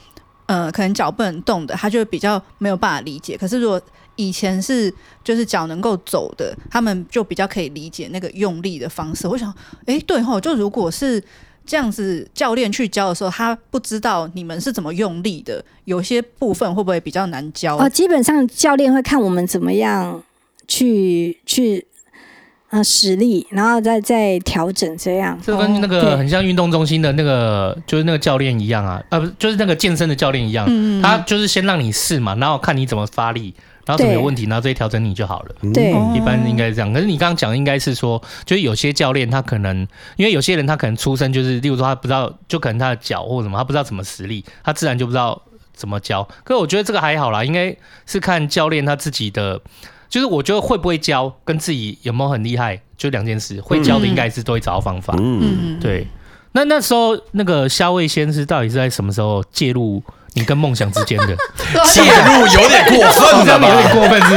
呃，可能脚不能动的，他就比较没有办法理解。可是如果以前是就是脚能够走的，他们就比较可以理解那个用力的方式。我想，诶，对吼，就如果是这样子，教练去教的时候，他不知道你们是怎么用力的，有些部分会不会比较难教？
哦，基本上教练会看我们怎么样去去呃实力，然后再再调整这样。
这跟那个很像运动中心的那个，就是那个教练一样啊，啊不是，就是那个健身的教练一样，
嗯
他就是先让你试嘛，然后看你怎么发力，然后怎么有
对
问题，然后再调整你就好了。
嗯
对
哦
一般应该是这样。可是你刚刚讲的应该是说，就是有些教练他可能，因为有些人他可能出生就是，例如说他不知道，就可能他的脚或什么，他不知道怎么实力，他自然就不知道怎么教。可是我觉得这个还好啦，应该是看教练他自己的，就是我觉得会不会教跟自己有没有很厉害，就两件事。会教的应该是都会找到方法。
嗯，
嗯，
对，那那时候那个虾味先生到底是在什么时候介入你跟梦想之间的？
啊
介入有点过
好
分了
像 有点
吧？
过分，是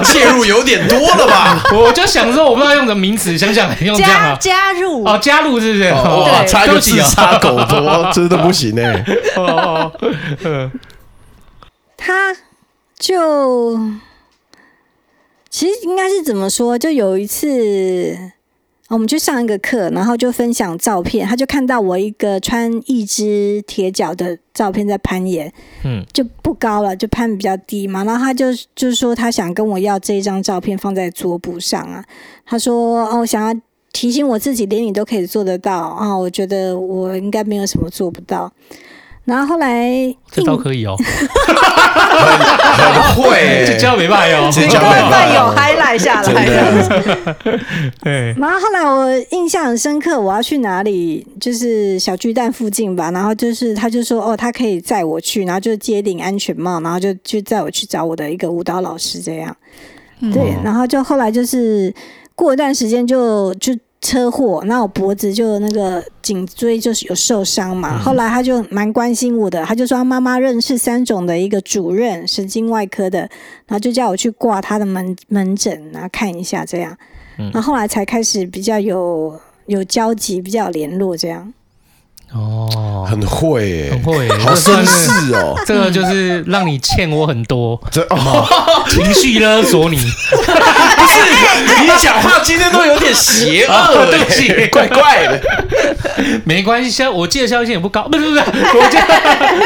不是？
介入有点多了吧？
我就想说，我不知道用什么名词，想想用这样
加
啊。
加入
哦，加入是不是？
哦 哇，
对
差一个
对不起
字
啊
差狗多，真的不行哎。
哦哦哦嗯
他就其实应该是怎么说？就有一次，哦我们去上一个课，然后就分享照片，他就看到我一个穿一只铁脚的照片在攀岩，
嗯，
就不高了，就攀比较低嘛。然后他就就说他想跟我要这一张照片放在桌布上啊。他说哦，想要提醒我自己，连你都可以做得到啊、我觉得我应该没有什么做不到。然后后来
这
硬
招可以 哦，
很 会欸，
这招没办法哦，
这
有
招
办法
没
有
办
highlight 下
真
来的。
的，
对，
然后后来我印象很深刻，我要去哪里，就是小巨蛋附近吧。然后就是他就说，哦，他可以载我去，然后就接顶安全帽，然后就就载我去找我的一个舞蹈老师这样。对，然后就后来就是过一段时间就就车祸，那我脖子就那个颈椎就是有受伤嘛。后来他就蛮关心我的，他就说他妈妈认识三种的一个主任，神经外科的，然后就叫我去挂他的门门诊，然后看一下这样。
嗯
然后后来才开始比较有有交集，比较有联络这样。
哦，
很会
很
哎，
会，
好
这
绅
算是。
士 哦。
这个就是让你欠我很多，
这 哦，
情绪勒索 你。
你讲话今天都有点邪恶、
啊
哦
欸，
对不起
怪怪的。
没关系，肖我记得肖一仙也不高，不是不是，不是我记得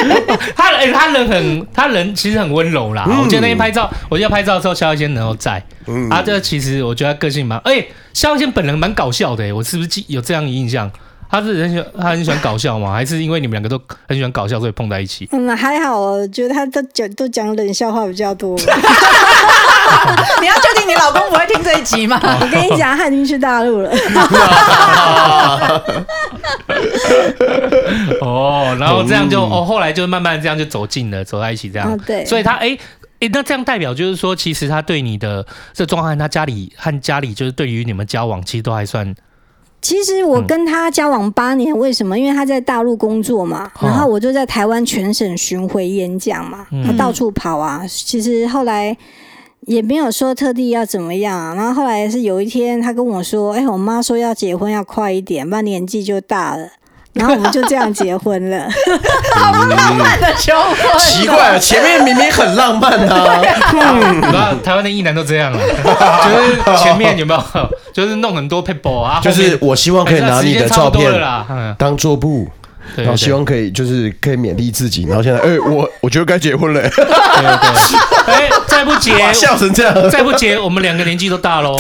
他人、哎他人很他人其实很温柔啦。
嗯
我记得那天拍照，我记得拍照的时候肖一仙能够在，啊，这其实我觉得他个性蛮，哎、肖一仙本人蛮搞笑的、哎我是不是记有这样一印象？他是很喜欢他很喜欢搞笑吗？还是因为你们两个都很喜欢搞笑，所以碰在一起？
嗯，还好，我觉得他都讲都讲冷笑话比较多。
你要确定你老公不会听这一集吗？
我跟你讲，他已经去大陆了。
哦， 然后这样就、哦，后来就慢慢这样就走近了，走在一起这样。
啊， 对，
所以他哎。诶那这样代表就是说，其实他对你的这状况，他家里和家里就是对于你们交往，其实都还算
其实我跟他交往八年，为什么？因为他在大陆工作嘛，
哦嗯
然后我就在台湾全省巡回演讲嘛，他到处跑啊。其实后来也没有说特地要怎么样啊、然后后来是有一天他跟我说：“哎、我妈说要结婚要快一点，不然年纪就大了。”然后我们就这样结婚了。
嗯
慢的求
哦
婚，
奇怪了，前面明明很浪漫 啊，
嗯，然后台湾的艺男都这 样了，就是前面有没有，就是弄很多 paper 啊，
就是我希望可以拿你的照片
了啦，嗯，
当桌布，
对
然后希望可以就是可以勉励自己，然后现在哎，我我觉得该结婚了，
对对对，哎，再不 结，
哇笑成这样，
再不结，我们两个年纪都大喽，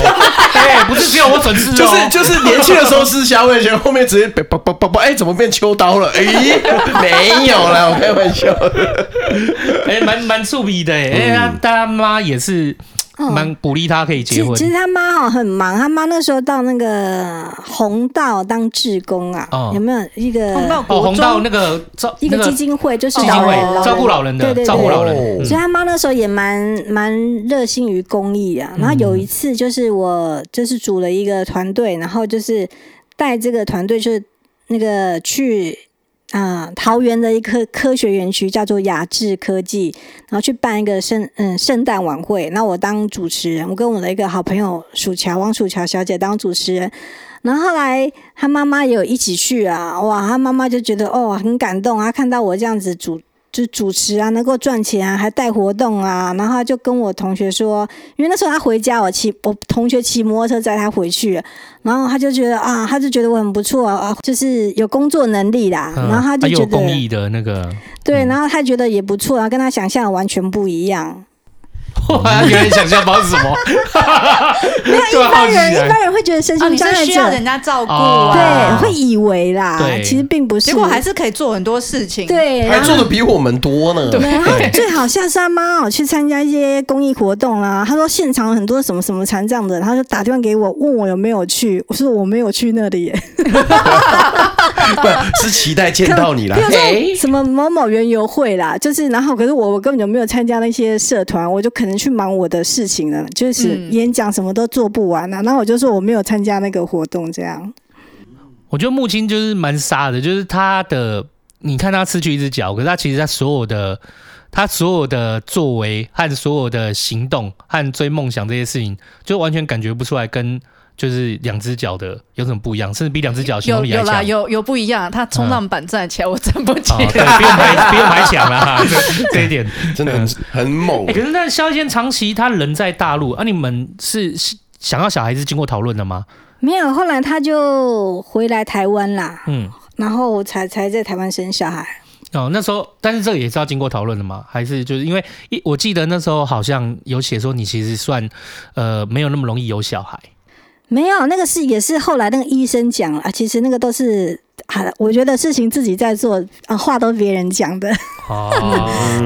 哎，不是只有我损失哦，
就是就是年轻的时候是虾味先，后面直接叭叭叭叭，哎， 怎么变秋刀了？咦，没有啦，我开玩笑的。
哎，蛮蛮触鼻的，
嗯
哎，他他妈也是蛮鼓励他可以
其
结婚，
哦其实他妈哈很忙，他妈那时候到那个红道当志工啊，
哦
有没有一个
红到
哦，
国
红到
中
那个照
一
那
个
个
基金会，就是
基金
老
会
人老人
照顾老人
对
的，
对
照顾
对
老人，
哦
所
嗯
以他妈那时候也蛮蛮热心于公益啊。然后有一次就是我就是组了一个团队，然后就是带这个团队就是那个去啊、桃园的一科科学园区叫做雅致科技，然后去办一个圣嗯圣诞晚会。那我当主持人，我跟我的一个好朋友薯条王薯条小姐当主持人。然后后来她妈妈也有一起去啊，哇，她妈妈就觉得哦很感动啊，看到我这样子主就主持啊，能够赚钱啊，还带活动啊，然后他就跟我同学说，因为那时候他回家，我骑我同学骑摩托车载他回去，然后他就觉得啊，他就觉得我很不错啊，啊就是有工作能力啦，
嗯
然后他就
还
觉
有
得
公益的 那个，
对，
嗯
然后他觉得也不错啊，跟他想象的完全不一样。
我好像有点想象不到是什么，
没有
突
一
然好
般
奇啊
人，
来
一般人会觉得身
哦，
心
你
障
是
碍
需要
者
人家照顾
哦
啊，
对会以为啦
对，
其实并不是，
结果还是可以做很多事情。，
对，
还
然后
哎做的比我们多呢，
然后最好像是他妈哦去参加一些公益活动啦、他说现场很多什么什么残障的，他就打电话给我问我有没有去，我说我没有去那里耶，
不是期待见到你啦
比。如说什么某某园游会啦，就是然后可是我我根本就没有参加那些社团，我就可能去忙我的事情了，就是
嗯
演讲什么都做不完啊。然后我就说我没有参加那个活动，这样。
我觉得木青就是蛮傻的，就是他的，你看他失去一只脚，可是他其实他所有的，他所有的作为和所有的行动和追梦想这些事情，就完全感觉不出来跟就是两只脚的有什么不一样，甚至比两只脚行
有
动力还
有
强。
啦，有有不一样，他冲浪板站起来，我站不起
哦，对，
来。
比我们还比我们还强啦，这这一点。
真的很很猛
哎、。可是那萧先长期他人在大陆，啊，你们是是想要小孩是经过讨论的吗？
没有，后来他就回来台湾啦，
嗯，
然后我才才在台湾生小孩。
哦，那时候，但是这个也是要经过讨论的嘛？还是就是因为一，我记得那时候好像有写说你其实算呃没有那么容易有小孩，
没有，那个是也是后来那个医生讲了，啊其实那个都是啊，我觉得事情自己在做啊，话都别人讲的。
嗯哦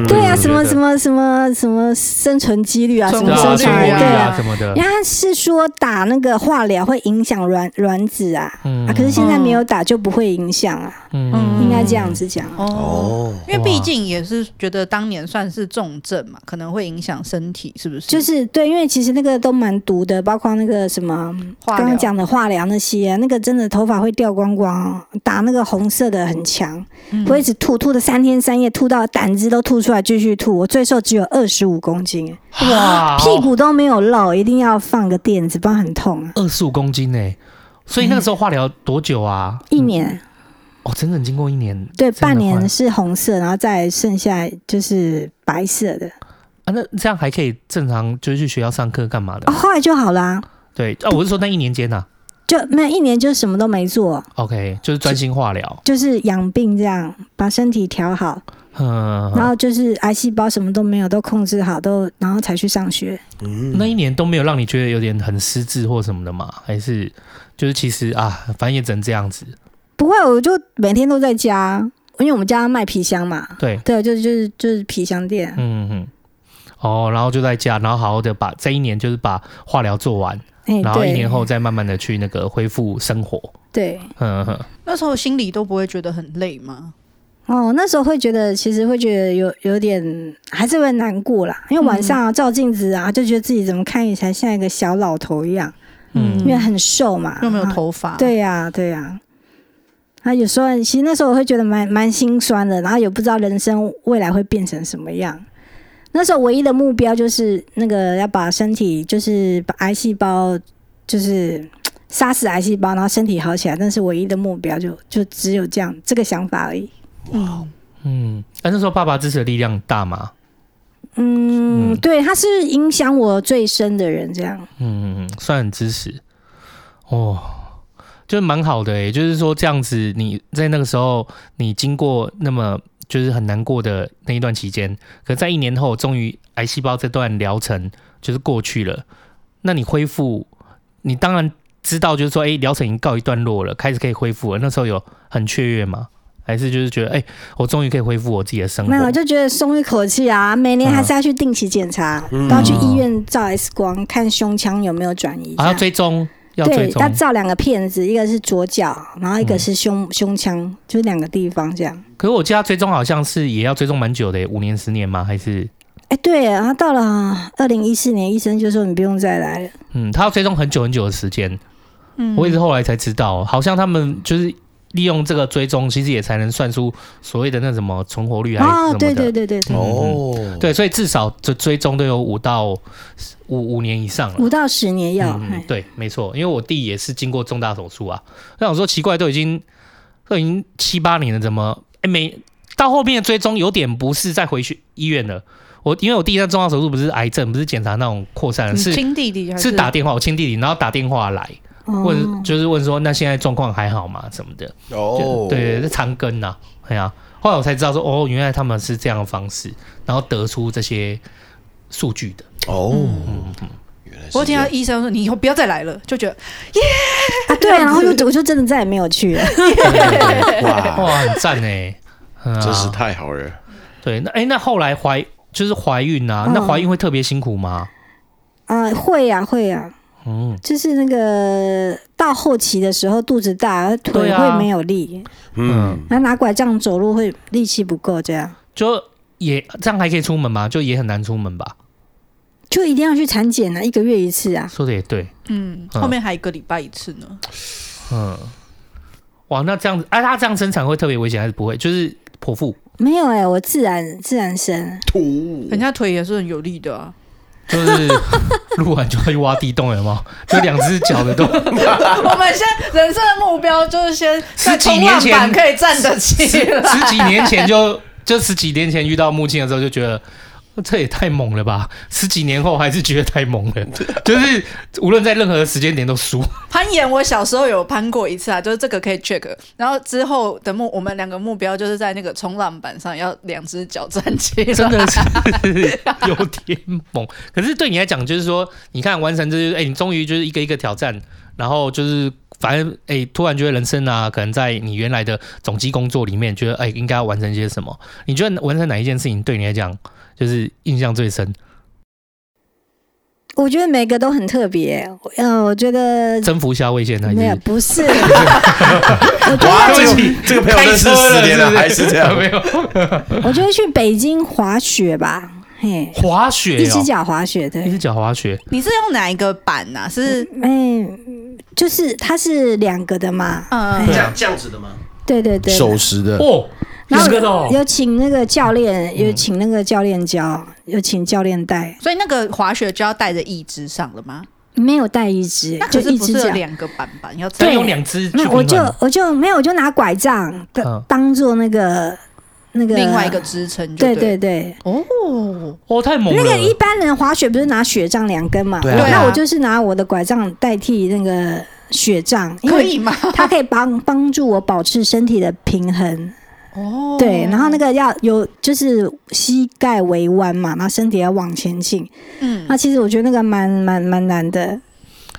对啊，什么什么什么什么生存几率啊，什
存
么
活
啊，
生
生
存
率
活
率
率
对
啊
啊。
什么的
因，为他是说打那个化疗会影响卵卵子啊，
嗯
啊，可是现在没有打就不会影响啊，
嗯
应该这样子讲。
哦，
哦，
因为毕
哇
竟也是觉得当年算是重症嘛，可能会影响身体，是不是？
就是对，因为其实那个都蛮毒的，包括那个什么
化
刚
疗
刚讲的化疗那些，那个真的头发会掉光光哦，打那个红色的很强，
嗯
我一直吐，吐了三天三夜，吐到胆汁都吐出来，继续吐。我最瘦只有二十五公斤，
哇，哦
屁股都没有露，一定要放个垫子，不然很痛啊。
二十五公斤呢、欸所以那个时候化疗多久啊？
一年
哦，整整经过一年
对，
真的
半
换
年是红色，然后再剩下就是白色的，
啊，那这样还可以正常就是去学校上课干嘛的？
哦，后来就好啦，
对啊，我是说那一年间呐、
就没有一年就什么都没做，
o k 就是专心化疗，
就是养病这样，把身体调好。
嗯，
哦然后就是癌细胞什么都没有，都控制好，都然后才去上学。
嗯
嗯
那一年都没有让你觉得有点很失智或什么的吗？还是就是其实啊，反正也只能这样子。
不会，我就每天都在家，因为我们家卖皮箱嘛，
对，
对，就是就是就是皮箱店。
嗯嗯。哦，然后就在家，然后好好的把这一年就是把化疗做完，
哎、
嗯然后一
对
年后再慢慢的去那个恢复生活。
对，
嗯哼，
那时候心里都不会觉得很累吗？
哦，那时候会觉得，其实会觉得有有点，还是会难过啦，因为晚上、
嗯
啊、照镜子啊，就觉得自己怎么看起来像一个小老头一样，
嗯
因为很瘦嘛，
又没有
啊
头发，，
对呀、对呀、啊，有时候其实那时候我会觉得蛮蛮心酸的，然后也不知道人生未来会变成什么样。那时候唯一的目标就是那个要把身体，就是把癌细胞，就是嗯杀死癌细胞，然后身体好起来。但是唯一的目标就就只有这样这个想法而已。
嗯，啊，那时候爸爸支持的力量大吗？
嗯，
嗯
对，他是影响我最深的人，这样。
嗯，算很支持。哦，就是蛮好的诶、欸就是说这样子，你在那个时候，你经过那么就是很难过的那一段期间，可在一年后，终于癌细胞这段疗程就是过去了。那你恢复，你当然知道，就是说，哎、疗程已经告一段落了，开始可以恢复了。那时候有很雀跃吗？还是就是觉得，哎、我终于可以恢复我自己的生活
没有，就觉得松一口气啊！每年还是要去定期检查，
嗯
都要去医院照 X 光，看胸腔有没有转移。这
啊，要
样。
追踪，要追
对，
踪
他，照两个片子，一个是左脚，然后一个
嗯
是胸、胸腔，就是两个地方这样。
可是我记得他追踪好像是也要追踪蛮久的耶，五年、十年吗？还是
哎，对，然后到了二零一四年，医生就说你不用再来了。
嗯，他要追踪很久很久的时间。
嗯，
我也是后来才知道，好像他们就是利用这个追踪，其实也才能算出所谓的那什么存活率还是什么，
哦
的。
对对对对对，
哦，
对所以至少这追踪都有五到五五年以上了。
五到十年药，
嗯
哎
嗯，对，没错，因为我弟也是经过重大手术啊。那我说奇怪，都已经都已经七八年了，怎么哎没到后面的追踪有点不是再回去医院了？我因为我弟那重大手术不是癌症，不是检查那种扩散，
你
是
亲弟弟还
是打电话，我亲弟弟，然后打电话来问，
哦，
就是问说那现在状况还好吗？什么的。
哦
就，对，是长庚呐、哎呀、后来我才知道说，哦，原来他们是这样的方式，然后得出这些数据的。
哦，
我听到医生说你以后不要再来了，就觉得
啊 对，然后就我就真的再也没有去了。
哇，
哇，很赞哎、嗯啊
真是太好了。
对。那哎、那后来怀就是怀孕啊，那
嗯
怀孕会特别辛苦吗？
啊，会呀、会呀、
嗯，
就是那个到后期的时候肚子大，
对
腿
啊
会没有力，
嗯，
然后拿拐杖走路会力气不够，这样
就也这样还可以出门吗？就也很难出门吧？
就一定要去产检啊，一个月一次啊。
说的也对，
嗯，
嗯
后面还一个礼拜一次呢。
嗯，哇，那这样子，哎、他这样生产会特别危险还是不会？就是剖腹，
没有哎、我自然自然生，
人家腿也是很有力的啊，
就是录完就要去挖地洞，有没有？就两只脚的洞，
我们现在人生的目标就是先在
十几
冲
年
浪板
前
可以站得起来。
十几年前就就十几年前遇到木青的时候就觉得。这也太猛了吧！十几年后还是觉得太猛了，就是无论在任何时间点都输。
攀岩，我小时候有攀过一次啊，就是这个可以 check。然后之后的目，我们两个目标就是在那个冲浪板上要两只脚站起来。
真的是 有点猛。可是对你来讲，就是说，你看完成这些，哎、你终于就是一个一个挑战，然后就是反正哎、突然觉得人生啊，可能在你原来的总机工作里面，觉得哎、应该要完成些什么？你觉得完成哪一件事情对你来讲就是印象最深？
我觉得每个都很特别。嗯，我觉得
征服虾味线那一
没有
件。
不 是，
哇，这个
对不起
这个朋友
开
认识
车
十
了，
年
是
了，
不是
还是这样，
没有
我觉得去北京滑雪吧，嘿，
滑雪、哦，
一只脚滑雪
一
对，
只脚滑雪，
你是用哪一个板呐、啊？是
嗯，就是它是两个的嘛，
嗯，
对
这样子的吗？
对对对，
守时的，
哦，
然后
两个的哦
有请那个教练，有
嗯
请那个教练教，有请教练带，
所以那个滑雪就要带着一只上了吗？
没有带一只
那，
就
可是
一
不
只
是有
脚。
两个板板要
所
站
以用两只去
那
平
我
衡
就我就没有，我就拿拐杖当、
嗯
当做那个那个
另外一个支撑就
啊对
对
对对，
哦，
哦，太猛了。
那个一般人滑雪不是拿雪杖两根嘛？
对啊
那我就是拿我的拐杖代替那个雪杖，因
可
为
以吗？
它可以帮帮助我保持身体的平衡。
哦，
对，然后那个要有就是膝盖微弯嘛，然后身体要往前倾。
嗯
那其实我觉得那个蛮蛮蛮难的。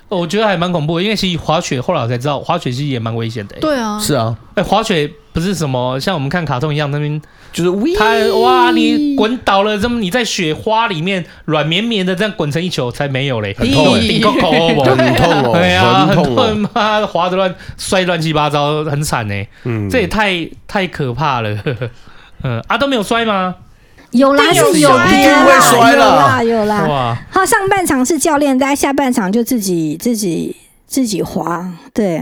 哦我觉得还蛮恐怖的，因为其实滑雪后来我才知道，滑雪其实也蛮危险的、欸。
对啊，
是啊，
哎、滑雪不是什么像我们看卡通一样，那边
就是
他哇，你滚倒了，这么你在雪花里面软绵绵的这样滚成一球，才没有嘞，
很痛欸
顶扣扣哦。
很痛哦，
对啊，
很
很
痛
多人
哦，
妈的滑的乱摔乱七八糟，很惨呢、
嗯
这也太太可怕了。 嗯啊，都没有摔吗？
有啦，
但有
是有
摔
别
一定会摔
啦，有
啦
啦有啦。
哇，
他上半场是教练带，下半场就自己自己自己滑。对，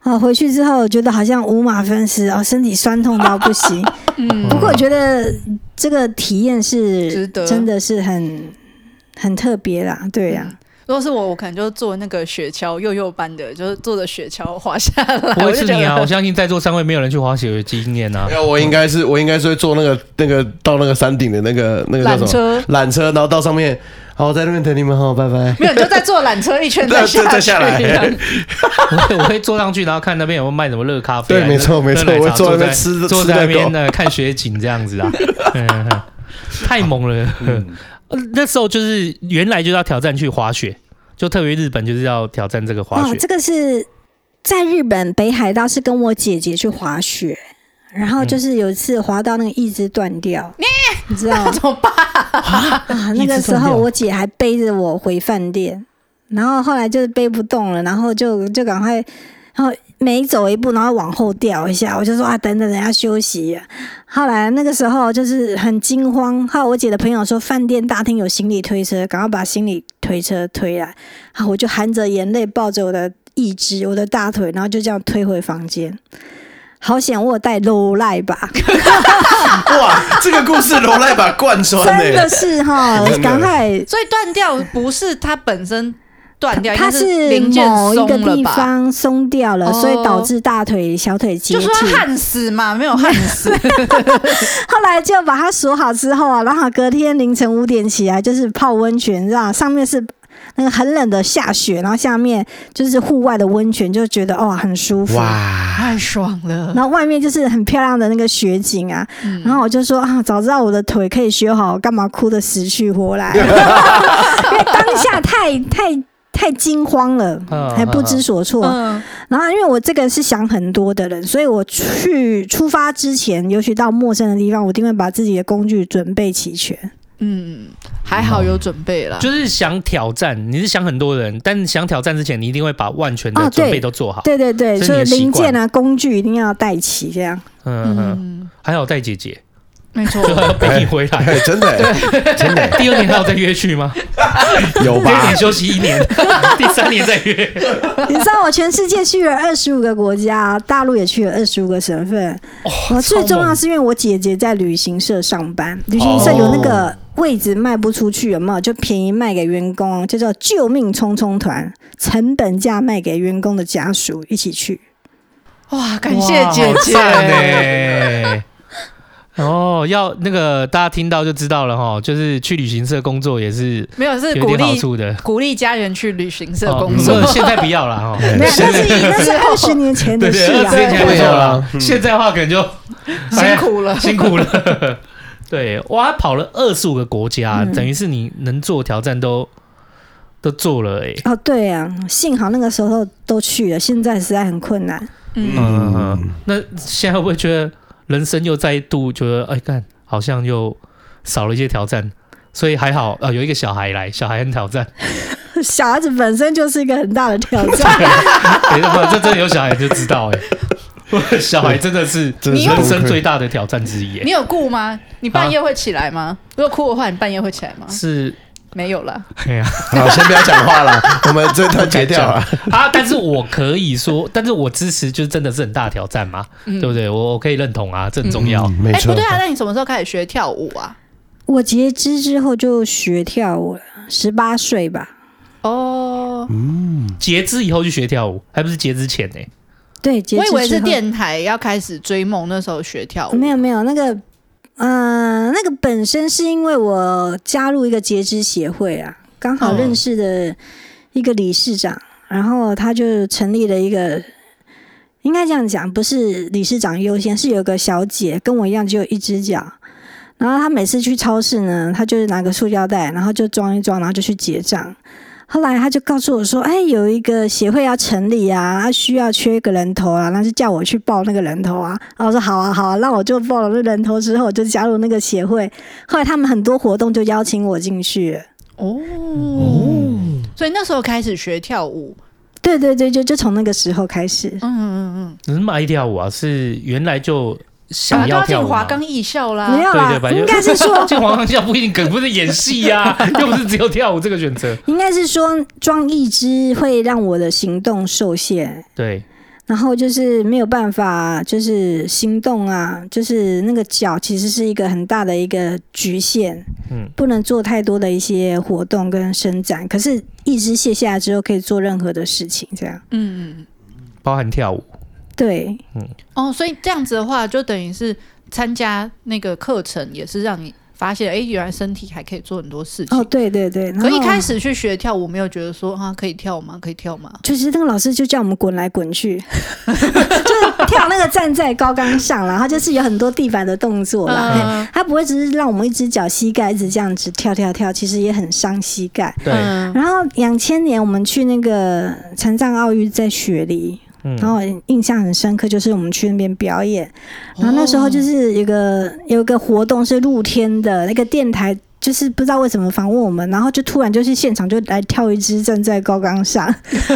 啊，回去之后觉得好像五马分尸哦，身体酸痛到不行。
嗯
不过我觉得这个体验是
值得
真的是很很特别啦。对呀、
如果是我，我可能就坐那个雪橇幼幼班的，就是坐着雪橇滑下来。
不
我
会
就是觉
你啊！我
得
相信在座三位没有人去滑雪有经验啊
没。有，我应该是我应该是会坐那个那个到那个山顶的那个那 个叫
缆
什么
车
缆车，然后到上面，好，我在那边等你们，好，拜拜。
没有，你就再坐缆车一圈
啊
再下
再再下来
去这样
我会 我会坐上去，然后看那边有没有卖什么热咖啡啊。
对没错
热
没错
热奶茶
我会坐在那
坐
边
在
吃
坐
吃
在那
热
边
狗
呢看雪景这样子 啊，嗯太猛了。
嗯
呃 那时候就是原来就要挑战去滑雪，就特别日本就是要挑战这个滑
哦
雪，
这个是在日本北海道，是跟我姐姐去滑雪，然后就是有一次滑到那个一肢断掉，你知 道吗？
怎么办？
啊，那个时候我姐还背着我回饭店，然后后来就是背不动了，然后就就赶快，然后每走一步，然后往后掉一下，我就说啊，等等，等下休息、后来那个时候就是很惊慌，后来我姐的朋友说饭店大厅有行李推车，赶快把行李推车推来，啊，我就含着眼泪抱着我的义肢，我的大腿，然后就这样推回房间。好险，我有带 low 赖 吧，
哇，这个故事罗赖把贯穿
真
呢
的，是哈
真，的
赶快
所以断掉不是它本身断掉，
它
应该是
是
零件
某一个
松了
地
吧？
方松掉了，
哦
所以导致大腿、小腿结
就
节
说它焊死嘛，没有焊死。
后来就把它锁好之后啊，然后隔天凌晨五点起来就是泡温泉，让上面是那个很冷的下雪，然后下面就是户外的温泉，就觉得哇很舒服。
哇，
太爽了！
然后外面就是很漂亮的那个雪景啊，
嗯
然后我就说啊，早知道我的腿可以修好，我干嘛哭得死去活 来？因为当下太太太惊慌了
嗯，
还不知所措。
嗯，
然后，因为我这个是想很多的人，所以我去出发之前，尤其到陌生的地方，我一定会把自己的工具准备齐全。
嗯，还好有准备啦。
就是想挑战，你是想很多人，但想挑战之前，你一定会把万全的
哦
准备
对
都做好。
对对对，
这是
所
你
以
的习
零
惯
件啊、工具一定要带齐，这样。
嗯嗯，
嗯，
还好带 姐姐，
没 错，
背你回来。
哎，真 的欸，真的
第二年还有再约去吗？
欸有
第二
吧
年？休息一年， 第三年再约。
你知道我全世界去了二十五个国家，大陆也去了二十五个省份。
哇
我最重要是因为我姐姐在旅行社上班，旅行社有那个位置卖不出去，有没有？就便宜卖给员工，就叫救命冲冲团，成本价卖给员工的家属一起去。
哇，感谢姐姐，
欸呢。哦，要那个大家听到就知道了哈，就是去旅行社工作也是
没有是
有
鼓
点好
励
处的。
鼓励家人去旅行社
哦
工
不
作
过，现在不要 了哈，
那 那是那是二十年前
对
的
对，
事
二
啊
十。年前不
对
错
啊
了，现在的话可能就
辛
哎
苦了。
辛 苦了。对，哇，他跑了二十五个国家，
嗯
等于是你能做挑战都都做了哎、
哦，对啊，幸好那个时候都去了，现在实在很困难。
嗯，
嗯，
嗯
那现在会不会觉得人生又再度觉得哎干，好像又少了一些挑战？所以还好，呃，有一个小孩来，小孩很挑战。
小孩子本身就是一个很大的挑战。
哎那这真的有小孩就知道哎、小孩真的是
真的
你
是
有
人
崩
生
溃
最大的挑战之一、哎
你有顾吗？你半夜会起来吗？如果哭的话，你半夜会起来吗？
是，
没有啦。
哎呀、
好，先不要讲话了，我们这段截掉了。嗯
啊！但是我可以说，但是我支持，就是真的是很大挑战嘛，
嗯
对不对？我我可以认同啊，这很重要。
嗯没
哎，不
错
对，啊，那你什么时候开始学跳舞啊？
我截肢之后就学跳舞了，十八岁吧。
哦，
截肢以后去学跳舞，还不是截肢前呢、
对，截
我
肢
以
之后
为是电台要开始追梦，那时候学跳舞。
没有没有那个，嗯、那个本身是因为我加入一个截肢协会啊，刚好
哦
嗯
认识的一个理事长，然后他就成立了一个。应该这样讲，不是理事长优先，是有个小姐跟我一样只有一只脚，然后她每次去超市呢，她就是拿个塑胶袋，然后就装一装，然后就去结账。后来她就告诉我说：“哎，有一个协会要成立啊，她需要缺一个人头啊，那就叫我去报那个人头啊。”然后我说：“好啊，好啊。”那我就报了那人头之后，我就加入那个协会。后来他们很多活动就邀请我进去了。
哦，所以那时候开始学跳舞。
对对对，就就从那个时候开始。
嗯嗯嗯
你是爱跳舞啊？是原来就
嗯，
想
啊，都
要
要进
跳舞吗、
华冈艺校啦。
没有啦
对对，反正
应该是 说，
进华冈跳不一定梗，不是演戏 呀、又不是只有跳舞这个选择。
应该是说装义肢会让我的行动受限，
对，
然后就是没有办法，就是行动啊，就是那个脚其实是一个很大的一个局限，
嗯，
不能做太多的一些活动跟伸展。可是，一直卸下来之后，可以做任何的事情，这样
嗯嗯。
包含跳舞。
对。
哦，所以这样子的话，就等于是参加那个课程，也是让你发现，哎、原来身体还可以做很多事情。
哦，对对对，然
可
后
一开始去学跳舞，没有觉得说啊，可以跳吗？可以跳吗？
就是那个老师就叫我们滚来滚去， 就是跳那个站在高杆上，然后就是有很多地板的动作啦。嘿
嗯
他不会只是让我们一只脚膝盖一直这样子跳跳跳，其实也很伤膝盖。
对，
嗯
然后两千年我们去那个残障奥运在雪梨，
嗯
然后印象很深刻，就是我们去那边表演，然后那时候就是有个有个活动是露天的，那个电台就是不知道为什么访问我们，然后就突然就是现场就来跳一支站在高岗上，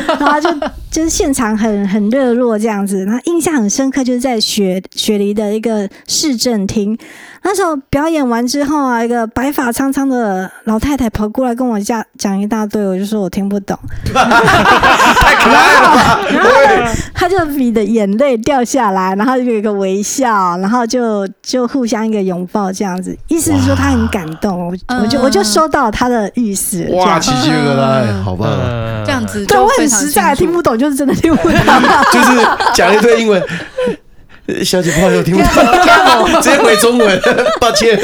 然后就就是现场很很热络这样子，然后印象很深刻就是在雪雪梨的一个市政厅，那时候表演完之后啊，一个白发苍苍的老太太跑过来跟我讲讲一大堆，我就说我听不 懂， 然后呢，他就你的眼泪掉下来，然后就有一个微笑，然后就就互相一个拥抱这样子，意思是说他很感动，我
嗯
我就我就收到他的意思，这
哇，
样
奇迹了啦，好棒啊！
嗯
这样。子
对
就
我
非
很
常
实在，
清
听
楚
不懂就是真的听不懂。
就是讲一堆英文，呃小姐不好意思，我听不懂，直接回中文， 抱歉。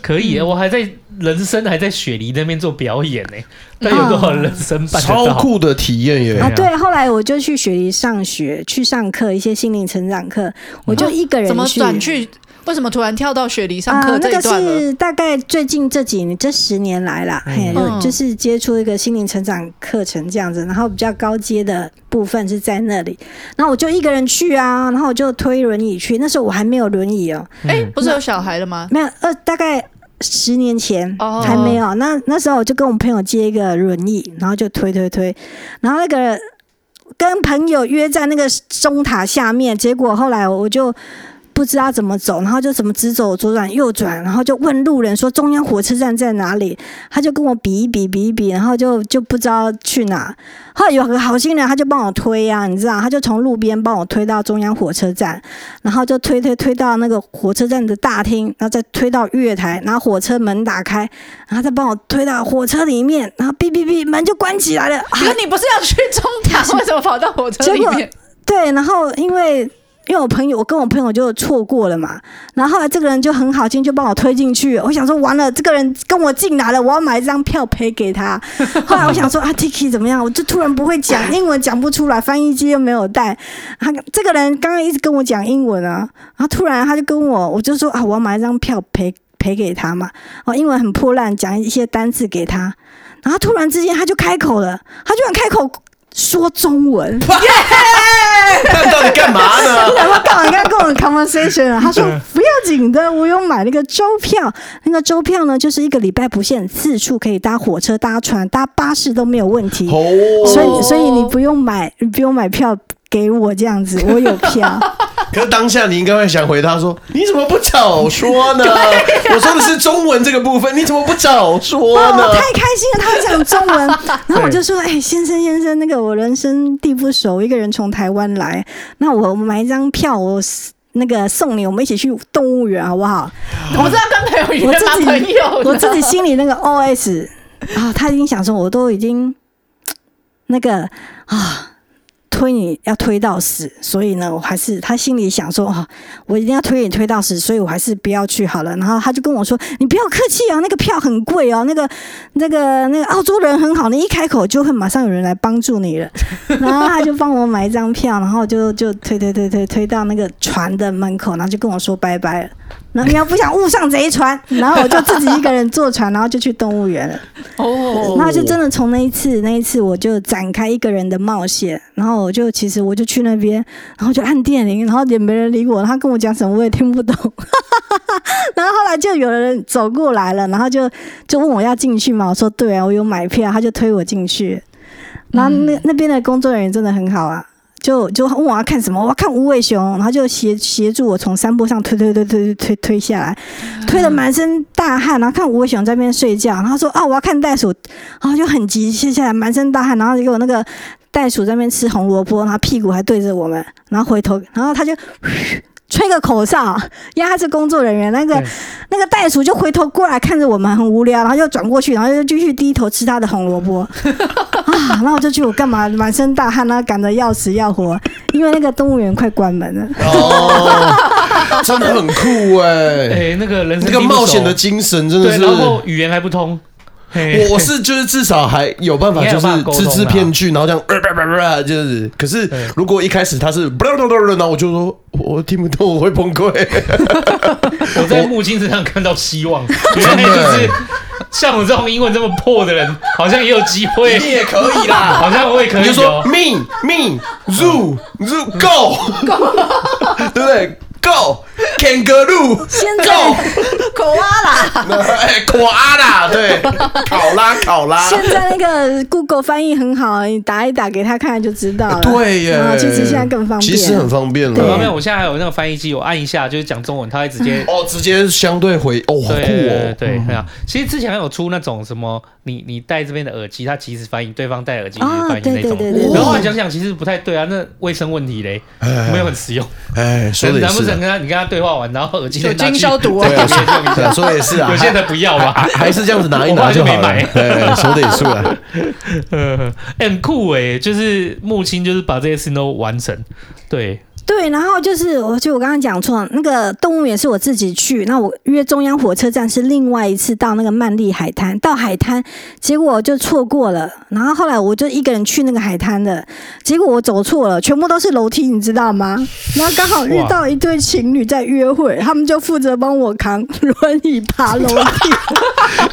可以耶，
嗯
我还在人生还在雪梨那边做表演呢、但有多少人生办得
超
到？
酷的体验耶！
啊，对，后来我就去雪梨上学，去上课一些心灵成长课，我就一个人
怎么
去。
转去？为什么突然跳到雪梨上
啊，
课
那
这一
个
段了？
是大概最近这几年这十年来啦，嘿，
嗯
有就是接触一个心灵成长课程这样子，然后比较高阶的部分是在那里，然后我就一个人去啊，然后我就推轮椅去，那时候我还没有轮椅哦，
哎、不是有小孩了吗？
呃没有二大概十年前
哦
还没有，那那时候我就跟我朋友借一个轮椅，然后就推推推，然后那个跟朋友约在那个钟塔下面，结果后来我就不知道怎么走，然后就怎么直走、左转、右转，然后就问路人说中央火车站在哪里，他就跟我比一比、比一比，然后就就不知道去哪。后来有个好心人，他就帮我推呀、你知道，他就从路边帮我推到中央火车站，然后就推推推到那个火车站的大厅，然后再推到月台，然后火车门打开，然后再帮我推到火车里面，然后哔哔哔，门就关起来了。啊
可是你不是要去中塔，为什么跑到火车里 面？
对，然后因为因为我朋友，我跟我朋友就错过了嘛，然后后来这个人就很好心，就帮我推进去。我想说，完了，这个人跟我进来了，我要买一张票赔给他。后来我想说啊，Tiki 怎么样？我就突然不会讲英文，讲不出来，翻译机又没有带。他这个人刚刚一直跟我讲英文啊，然后突然他就跟我，我就说啊，我要买一张票赔赔给他嘛。哦，英文很破烂，讲一些单字给他。然后突然之间他就开口了，他居然开口说中文。
但到底干嘛 呢？
然后干嘛刚跟我 conversation 啊？他说不要紧的，我有买那个周票，那个周票呢，就是一个礼拜不限次数，可以搭火车、搭船、搭巴士都没有问题。
哦，
所以，所以你不用买，你不用买票给我这样子，我有票。
可是当下你应该会想回答说：“你怎么不早说呢？”
啊
我说的是中文这个部分，你怎么不早说
哇，哦我
呢
太？开心了，他会讲中 文，然后我就说：“哎、先生先生，那个我人生地不熟，一个人从台湾来，那我买一张票，我那个送你，我们一起去动物园好不好？”
我是要跟朋友
我
约吗？
自己
朋友的，
我自己心里那个 OS 啊，他已经想说，我都已经那个啊，推你要推到死，所以呢，我还是他心里想说啊，我一定要推你推到死，所以我还是不要去好了。然后他就跟我说，你不要客气哦，那个票很贵哦，那个那个那个澳洲人很好，你一开口就会马上有人来帮助你了。然后他就帮我买一张票，然后就就推推推推推到那个船的门口，然后就跟我说拜拜了。然后你要不想误上贼船，然后我就自己一个人坐船，然后就去动物园了。
哦，
然后就真的从那一次，那一次我就展开一个人的冒险。然后我就其实我就去那边，然后就按电铃，然后也没人理我，他跟我讲什么我也听不懂。 然后后来就有人走过来了，然后就就问我要进去嘛，我说对啊，我有买票，他就推我进去。然后那那边的工作人员真的很好啊，就就问我要看什么，我要看无尾熊，然后就协协助我从山坡上推推推推推推推下来，推得满身大汗，然后看无尾熊在那边睡觉，然后说啊我要看袋鼠，然后就很急切下来，满身大汗，然后就给我那个袋鼠在那边吃红萝卜，然后屁股还对着我们，然后回头，然后他就 吹个口哨，因为他是工作人员，那个
对
那个袋鼠就回头过来看着我们，很无聊，然后又转过去，然后又继续低头吃他的红萝 卜啊，然后我就觉得我干嘛满身大汗，然后赶得要死要活，因为那个动物园快关门 了。
哦，真的很酷哎，
哎，那个人生
这
地
个
不熟
冒险的精神真的
对，
是。
然后语言还不通，嘿
我我是就是至少还有办法，
你还
就
有办法沟
是
通
字
啊
字片句，然后这样，呃叭叭叭叭就是。可是
对
如果一开始他是，然后我就说我我听不懂，我会崩溃。
我在木金身上看到 希望，原来就是像我这种英文这么破的人，好像也有机会，
你也可以啦
好像我也可
你
以
就说
哦。
me me zoo zoo go go，对不对？Go kangaroo，
现在
口啊啦，
那 哎，考阿啦，对，考拉考拉，
现在那个 Google 翻译很好，你打一打给他看就知道了。
对耶
啊，其实现在更方便。
其实很方便
方
了
对。
面，我现在还有那个翻译机，我按一下就是讲中文，它会直接。
哦，直接相对回哦，好酷
对对
哦！
对，对啊，其实之前还有出那种什么，你你戴这边的耳机，它即时翻译，对方戴耳机即时
啊
翻译
对
那种
对对对。
然后后来想想，其实不太对啊，那卫生问题嘞，没有很实用。
哎，说的也
难不
是
成
啊，
跟他你跟他对话完，然后耳机
酒
再拿
精
去
消毒啊
对
对啊
有些用一
对
下
啊，说的也是啊，
有些人不要
还
吧
还。还是这样子拿一
我
拿
爸就
好
没
了
买。
哎，说的也是 啊，
嗯，欸 很酷哎、就是木青就是把这些事情都完成，对，
对，然后就是，我就我刚刚讲错，那个动物园是我自己去，那我约中央火车站是另外一次到那个曼丽海滩，到海滩，结果我就错过了，然后后来我就一个人去那个海滩的，结果我走错了，全部都是楼梯，你知道吗？然后刚好遇到一对情侣在约会，他们就负责帮我扛轮椅爬楼梯，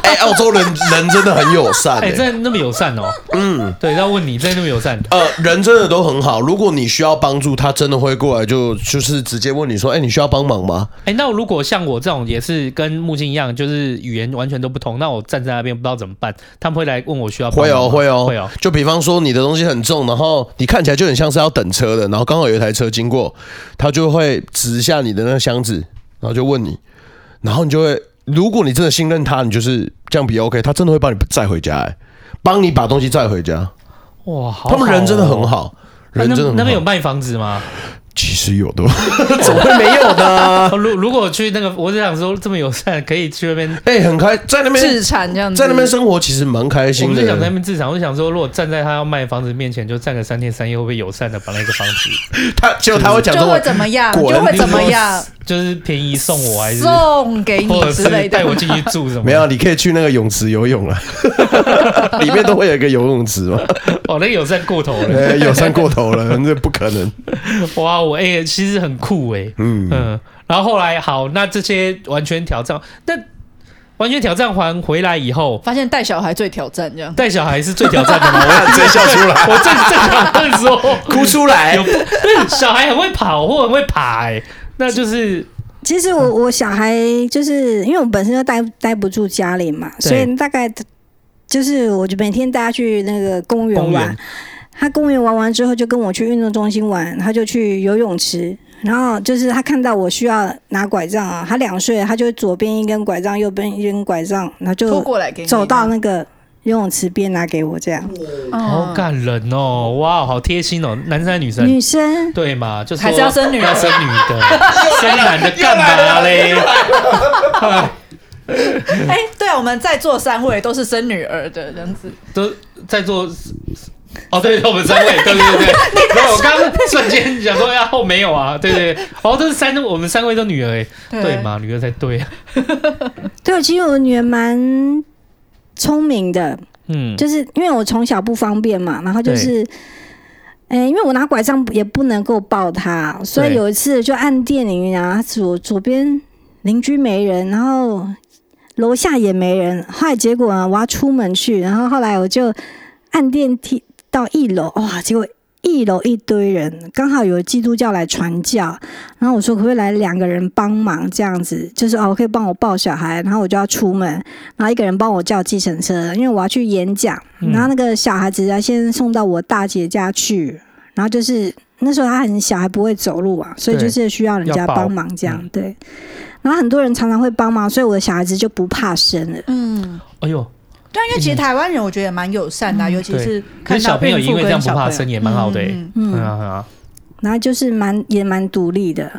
哎，澳洲人人真的很友善，
哎、
哎，
真的那么友善哦、嗯，对，要问你真的那么友善，
呃，人真的都很好。如果你需要帮助，他真的会过来就就是直接问你说，哎、你需要帮忙吗？
哎、那如果像我这种也是跟木星一样，就是语言完全都不同，那我站在那边不知道怎么办，他们会来问我需要帮
会
忙
哦，
吗
会哦，
会哦。
就比方说你的东西很重，然后你看起来就很像是要等车的，然后刚好有一台车经过，他就会指一下你的那个箱子，然后就问你，然后你就会，如果你真的信任他，你就是这样比 OK，他真的会帮你载回家、哎，帮你把东西载回家。哎
哇，好
他们人真的很
好哦。
好，
那
人真的很
那
好。
边有卖房 子吗？
其实有的， 怎么会没 有呢？
哦如如果去那个，我就想说这么友善，可以去那边。
哎、很开，在那边
自产这样子，
在那边生活其实蛮开
嗯我
心
们
的
就。想在那边自产，我就想说，如果站在他要卖房子面前，就站个三天三夜，会不会友善的把那个房子，
他结果他会讲
就
中
会
文，
怎么样，
果然
就会怎么样，
就是便宜送我，还是
送给
或
你
者
之类
是带我
的。
进去住什么？
没有，啊你可以去那个泳池游泳了， 里面都会有一个游泳池嘛。
哦，那个友善过头了。
呃，友善过头 了，这不可能。
哇，我哎、其实很酷哎、嗯然后后来好，那这些完全挑战，那完全挑战完回来以后，
发现带小孩最挑战这样，
带小孩是最挑 战的嘛？我
直接笑出来，
我正正想问 说，
哭出来
有，不对小孩很会跑或很会爬哎、那就是
其实
嗯
我我小孩就是因为我本身就待待不住家里嘛，
对
所以大概就是我就每天带他去那个公
公
园玩。
园
他公园玩完之后，就跟我去运动中心玩，他就去游泳池。然后就是他看到我需要拿拐杖啊，他两岁，他就左边一根拐杖，右边一根拐杖，然后
拖
就
过来给你
走到那个游泳池边拿给我这样。
好
哦，
感人哦，哇，好贴心哦，男生还是女生？
女生
对嘛，就说
还是要生女
要生女的，生男的干嘛 嘞？
哎，对啊，我们在座三位都是生女儿的这样子，
都在做。哦，对，我们三位，对 对对，对我刚刚瞬间想说，呀，后没有啊，对对，对哦，这是三，我们三位都女儿哎，对？嘛，女儿才对啊，
对，其实我女儿蛮聪明的，
嗯，
就是因为我从小不方便嘛，然后就是，呃、因为我拿拐杖也不能够抱她，所以
对
有一次就按电铃啊，左左边邻居没人，然后楼下也没人，后来结果啊，我要出门去，然后后来我就按电梯到一楼，哇，结果。一楼一堆人，刚好有基督教来传教，然后我说可不可以来两个人帮忙这样子，就是哦，可以帮我抱小孩，然后我就要出门，然后一个人帮我叫计程车，因为我要去演讲，
嗯
然后那个小孩子要先送到我大姐家去，然后就是那时候他很小，还不会走路啊，所以
对
就是需要人
要
家
抱
帮忙这样
嗯，
对。然后很多人常常会帮忙，所以我的小孩子就不怕生了。
嗯，
哎呦，
对啊，因为其实台湾人我觉得也蛮友善的啊，尤其是
嗯可
看
是
到
小朋友
孕妇
因为这
跟
样不
小
怕
朋友
生也蛮好的哎，
嗯嗯
嗯
嗯，
啊啊，
然后就是蛮也蛮独立的。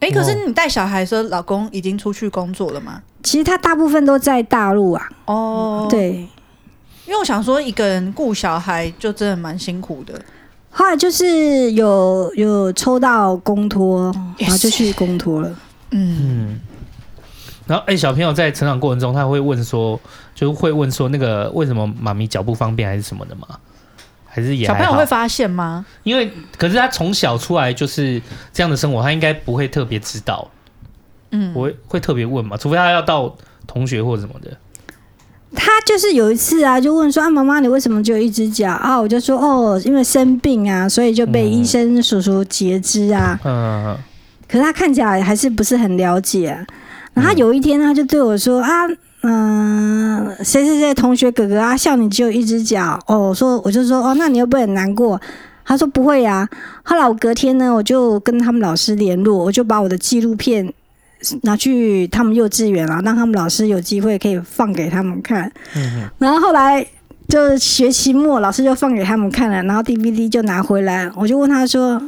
哎，可
哦
是你带小孩的时候，老公已经出去工作了吗？
其实他大部分都在大陆啊，
哦，，
对。
因为我想说一个人顾小孩就真的蛮辛苦的，
后来就是有有抽到公托，
也
然后就是去公托了。
嗯，
嗯。然后，哎、小朋友在成长过程中，他会问说，就会问说，那个为什么妈咪脚不方便还是什么的吗？还是也
小
还
朋友
好
会发现吗？
因为可是他从小出来就是这样的生活，他应该不会特别知道，
嗯
我会会特别问嘛，除非他要到同学或什么的。
他就是有一次啊，就问说啊，妈妈，你为什么只有一只脚啊？我就说哦，因为生病啊，所以就被
嗯
医生叔叔截肢啊。
嗯，
可是他看起来还是不是很了解、啊。然后他有一天，他就对我说啊，嗯、谁谁谁同学哥哥啊，笑你只有一只脚哦。我说我就说哦，那你会不会很难过？他说不会呀、后来我隔天呢，我就跟他们老师联络，我就把我的纪录片拿去他们幼稚园啊，让他们老师有机会可以放给他们看。然后后来就学期末，老师就放给他们看了，然后 DVD 就拿回来，我就问他说：“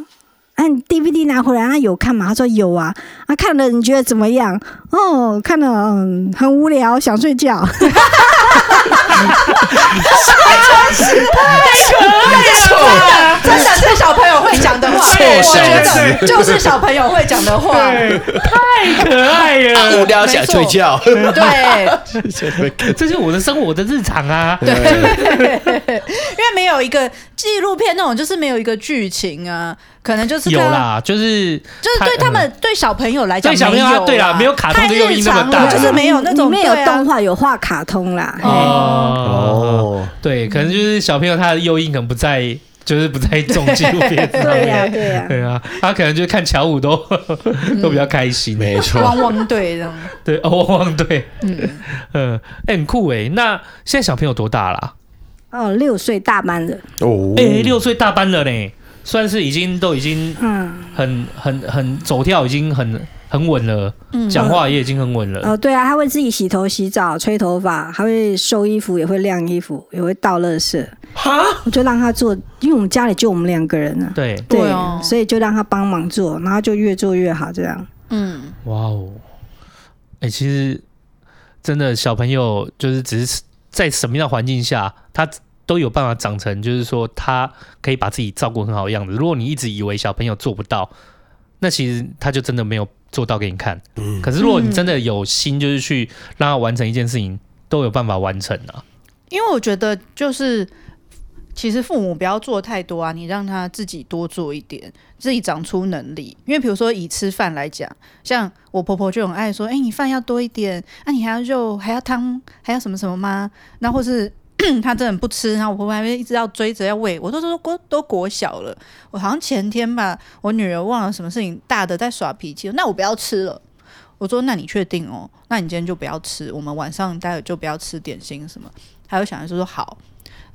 哎、你 DVD 拿回来，那有看吗？”他说：“有啊。”啊，看了你觉得怎么样？哦，看了嗯，很无聊，想睡觉。
真的是小朋友会讲 的话，
臭
我
小
觉得 就是小朋友会讲的话，
太可爱了，
无聊想睡觉，
对。
这就是我的生活，我的日常啊。对，
因为没有一个纪录片那种，就是没有一个剧情啊，可能就是
有
看到，
啦，就是
就是对他们对小朋友来讲，
对小朋友啊
没有
对啦没有卡通
太
的诱因
日
那么
常
大
了就是没有那种
里面有
对啊
动画，有画卡通啦。
哦
哦，
哦，
嗯
对，可能就是小朋友他的诱因可能不在就是不太中纪录片 上
对呀、
面。
对呀、
对啊，他可能就看乔五都
嗯
都比较开 心。
没错，
汪汪队这样，
对，哦，汪汪队，
嗯，
嗯，哎、很酷哎。那现在小朋友多大啦？
哦，六岁大班的，
哦，
哎、六岁大班了呢，算是已经都已经
嗯，
很很很走跳，已经很很稳了，讲话也已经很稳了。
哦，对啊，他会自己洗头、洗澡、吹头发，还会收衣服，也会晾衣服，也会倒垃圾。
哈，
我就让他做，因为我们家里就我们两个人啊，
对，
对哦
所以就让他帮忙做，然后就越做越好，这样。
嗯，
哇哦，哎、其实真的小朋友就是只是在什么样的环境下，他都有办法长成，就是说他可以把自己照顾很好的样子。如果你一直以为小朋友做不到，那其实他就真的没有做到给你看。
嗯
可是如果你真的有心，就是去让他完成一件事情，都有办法完成啊。
因为我觉得就是，其实父母不要做太多啊，你让他自己多做一点，自己长出能力。因为比如说以吃饭来讲，像我婆婆就很爱说，哎、你饭要多一点，啊，你还要肉，还要汤，还要什么什么吗？那或是她真的很不吃，然后我婆婆还会一直要追着要喂。我都说国都国小了，我好像前天吧，我女儿忘了什么事情，大的在耍脾气，那我不要吃了。我说：“那你确定哦？那你今天就不要吃，我们晚上待会就不要吃点心什么。”还有小孩说说好，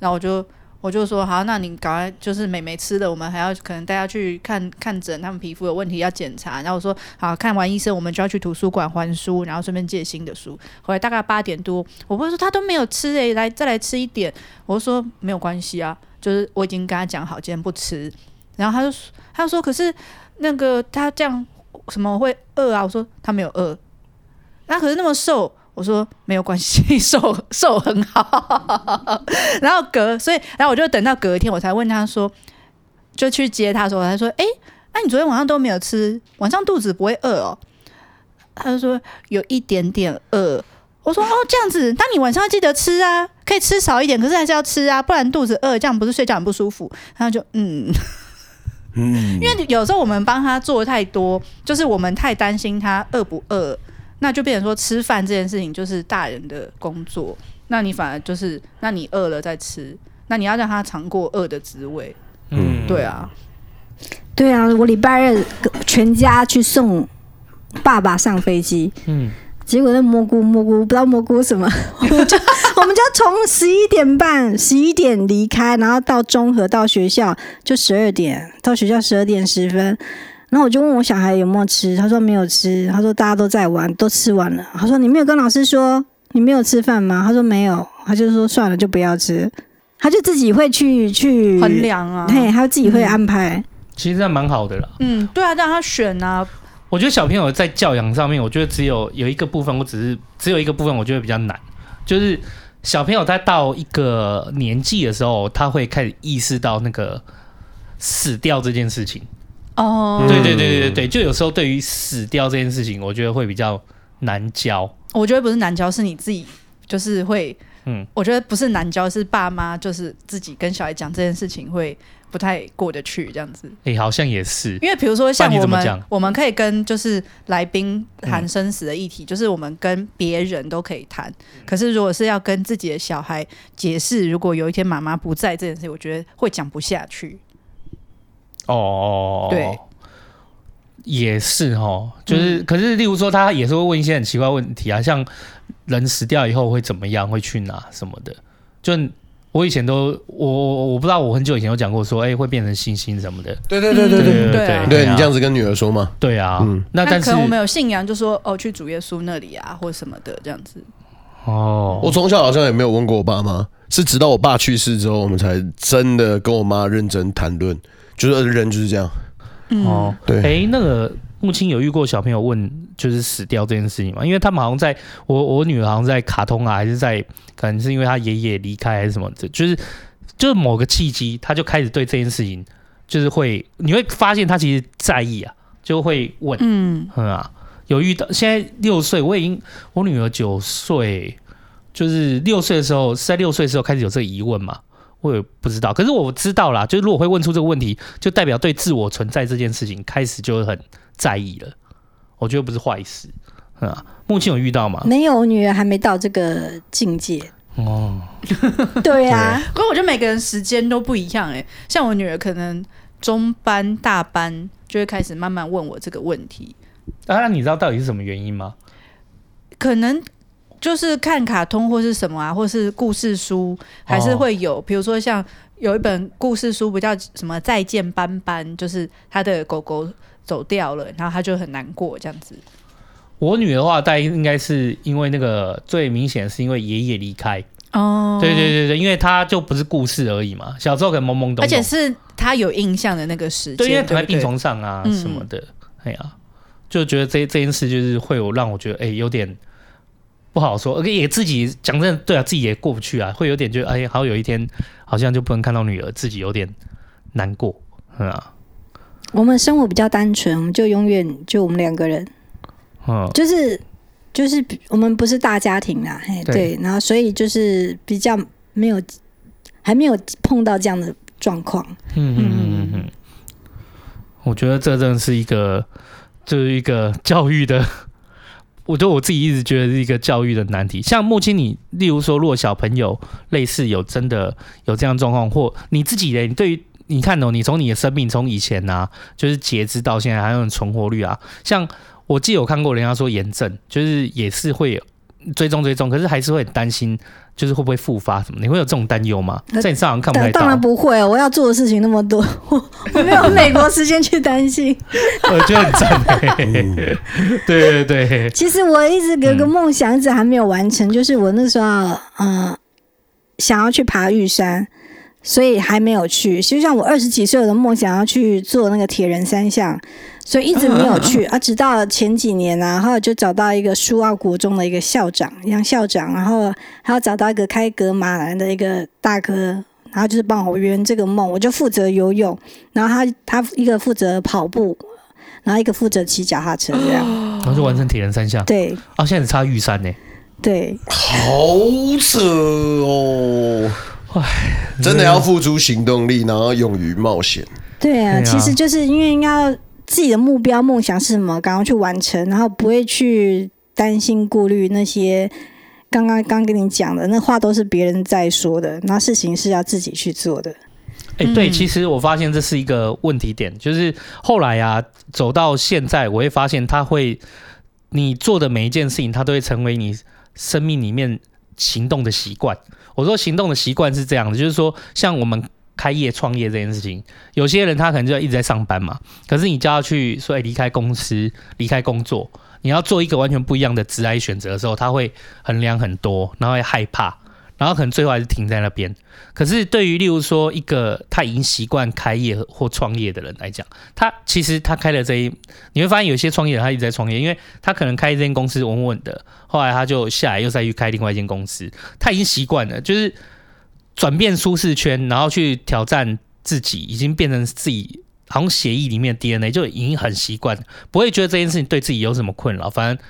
然后我就我就说好，那你赶快就是美眉吃的，我们还要可能带她去看看诊，他们皮肤有问题要检查。然后我说好，看完医生我们就要去图书馆还书，然后顺便借新的书。回来大概八点多，我不是说她都没有吃诶、来再来吃一点。我就说没有关系啊，就是我已经跟她讲好今天不吃。然后她就说她就说可是那个她这样什么会饿啊？我说她没有饿，那、啊可是那么瘦。我说没有关系， 瘦瘦很好。然后隔，所以然后我就等到隔一天，我才问他说，就去接他的时候，我才说，哎、那、你昨天晚上都没有吃，晚上肚子不会饿哦？他就说有一点点饿。我说哦，这样子，那你晚上要记得吃啊，可以吃少一点，可是还是要吃啊，不然肚子饿，这样不是睡觉很不舒服。然后就嗯，
嗯，
因为有时候我们帮他做太多，就是我们太担心他饿不饿，那就变成说吃饭这件事情就是大人的工作，那你反而就是，那你饿了再吃，那你要让他尝过饿的滋味，
嗯
对，啊，
对啊，我礼拜二全家去送爸爸上飞机，
嗯，
结果那蘑菇蘑菇不知道蘑菇什么， 我们就我们就从十一点半十一点离开，然后到中和到学校就十二点，到学校十二点十分。然后我就问我小孩有没有吃，他说没有吃，他说大家都在玩，都吃完了。他说你没有跟老师说你没有吃饭吗？他说没有，他就说算了就不要吃，他就自己会去去
衡，量啊，
嘿，他自己会安排。
其实这样蛮好的啦。
嗯，对啊，让他选啊，
我觉得小朋友在教养上面，我觉得只有有一个部分，我只是只有一个部分，我觉得比较难，就是小朋友他到一个年纪的时候，他会开始意识到那个死掉这件事情。
哦，
对对对对对，就有时候对于死掉这件事情，我觉得会比较难教。
我觉得不是难教，是你自己就是会，
嗯，
我觉得不是难教，是爸妈就是自己跟小孩讲这件事情会不太过得去这样子。
诶，好像也是，
因为比如说像
不然你
我
怎么讲
们，我们可以跟就是来宾谈生死的议
嗯
题，就是我们跟别人都可以谈。可是如果是要跟自己的小孩解释，如果有一天妈妈不在这件事，我觉得会讲不下去。
哦，
对，
也是哦，就是、可是，例如说，他也是会问一些很奇怪的问题啊，像人死掉以后会怎么样，会去哪什么的。就我以前都我我我不知道，我很久以前有讲过说，哎、会变成星星什么的。
对对对对
嗯
对，
对啊
对你这样
子，
子跟女儿说嘛，
对啊。
嗯
那但
可
是
能我们有信仰，就说哦去主耶稣那里啊，或什么的这样子。
哦，
我从小好像也没有问过我爸妈，是直到我爸去世之后，我们才真的跟我妈认真谈论，就是呃人就是这样，
嗯
哦，
对
哎、那个木青有遇过小朋友问就是死掉这件事情吗？因为他们好像在我我女儿好像在卡通啊，还是在可能是因为她爷爷离开还是什么的，就是就是某个契机，她就开始对这件事情就是会，你会发现她其实在意啊，就会问，
嗯，
嗯啊，有遇到现在六岁，我已经我女儿九岁，就是六岁的时候是在六岁的时候开始有这个疑问嘛，我也不知道，可是我知道啦，就是如果会问出这个问题，就代表对自我存在这件事情开始就很在意了，我觉得不是坏事，嗯啊，目前有遇到吗？
没有，我女儿还没到这个境界。
哦，
对啊，
可是我觉得每个人时间都不一样哎、像我女儿可能中班、大班就会开始慢慢问我这个问题，
啊，那你知道到底是什么原因吗？
可能就是看卡通或是什么啊，或是故事书，还
哦
是会有，比如说像有一本故事书不叫什么《再见斑斑》，就是他的狗狗走掉了，然后他就很难过这样子。
我女儿的话，大概应该是因为那个最明显的是因为爷爷离开，
哦
对对，对对，因为她就不是故事而已嘛，小时候可能懵懵懂懂，
而且是他有印象的那个时间，
对，因为躺在
不对
病床上啊
嗯
什么的，哎呀、就觉得这这件事就是会有让我觉得哎、有点不好说，而且也自己讲真的，对啊，自己也过不去啊，会有点觉得哎、好像有一天好像就不能看到女儿，自己有点难过，嗯啊，
我们生活比较单纯，我们就永远就我们两个人，
嗯，
就是就是我们不是大家庭啦，嘿，
对
对，然后所以就是比较没有还没有碰到这样的状况。
嗯嗯嗯嗯，我觉得这真的是一个，就是一个 教育的，我觉得我自己一直觉得是一个教育的难题。像木青你，例如说，如果小朋友类似有真的有这样状况，或你自己嘞，你对于你看哦，你从你的生命从以前呐、就是截肢到现在，还有存活率啊，像我记得有看过人家说炎症，就是也是会追踪追踪，可是还是会很担心，就是会不会复发什么？你会有这种担忧吗？
那
在你上好像看不
当
太到。
当 然不会哦，我要做的事情那么多， 我我没有美国时间去担心。
我觉呃得很 赞、
嗯
欸。对对对，
其实我一直有个梦想，一直还没有完成，就是我那时候嗯、呃想要去爬玉山，所以还没有去。就像我二十几岁有的梦想要去做那个铁人三项，所以一直没有去。啊，直到前几年啊，然后就找到一个苏澳国中的一个校长杨校长，然后还要找到一个开格马兰的一个大哥。然后就是帮我圆这个梦，我就负责游泳，然后他他一个负责跑步，然后一个负责骑脚踏车这样。
然后就完成铁人三项。
对
啊，现在只差玉山呢、
对，
好扯哦！真的要付出行动力，然后勇于冒险。
对啊，
对啊
其实就是因为应该要自己的目标、梦想是什么，赶快去完成，然后不会去担心、顾虑那些刚刚刚跟你讲的那话都是别人在说的，那事情是要自己去做的。
哎、对，其实我发现这是一个问题点，就是后来啊，走到现在，我会发现它会，你做的每一件事情，它都会成为你生命里面行动的习惯。我说行动的习惯是这样的，就是说，像我们开业创业这件事情，有些人他可能就一直在上班嘛，可是你叫他去说，哎、离开公司，离开工作，你要做一个完全不一样的职业选择的时候，他会衡量很多，然后会害怕，然后可能最后还是停在那边。可是对于例如说一个他已经习惯开业或创业的人来讲，他其实他开了这一，你会发现有些创业人他一直在创业，因为他可能开一间公司稳稳的，后来他就下来又再去开另外一间公司，他已经习惯了，就是转变舒适圈，然后去挑战自己，已经变成自己。好像协议里面的 DNA 就已经很习惯了，不会觉得这件事情对自己有什么困扰，反正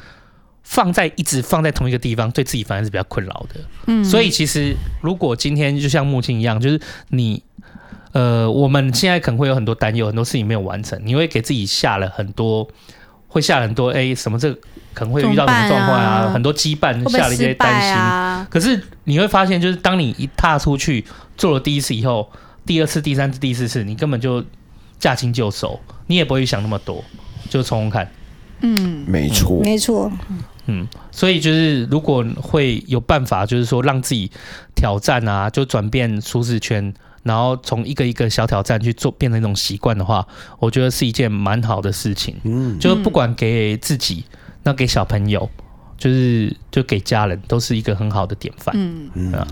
放在一直放在同一个地方，对自己反而是比较困扰的。
嗯
所以其实如果今天就像木青一样，就是你。呃，我们现在可能会有很多担忧，很多事情没有完成，你会给自己下了很多，会下了很多，哎、什么这可能会遇到什么状况
怎么办
啊，
啊
很多羁绊
会，不
下了
会
一
失
些担
败
心。
啊？
可是你会发现，就是当你一踏出去做了第一次以后，第二次、第三次、第四次，你根本就驾轻就熟，你也不会去想那么多，就冲冲看。
嗯，
没错，
没错，
嗯，所以就是如果会有办法，就是说让自己挑战啊，就转变舒适圈，然后从一个一个小挑战去做，变成一种习惯的话，我觉得是一件蛮好的事情。
嗯，
就是不管给自己，那给小朋友，就是就给家人，都是一个很好的典范。
嗯
嗯
啊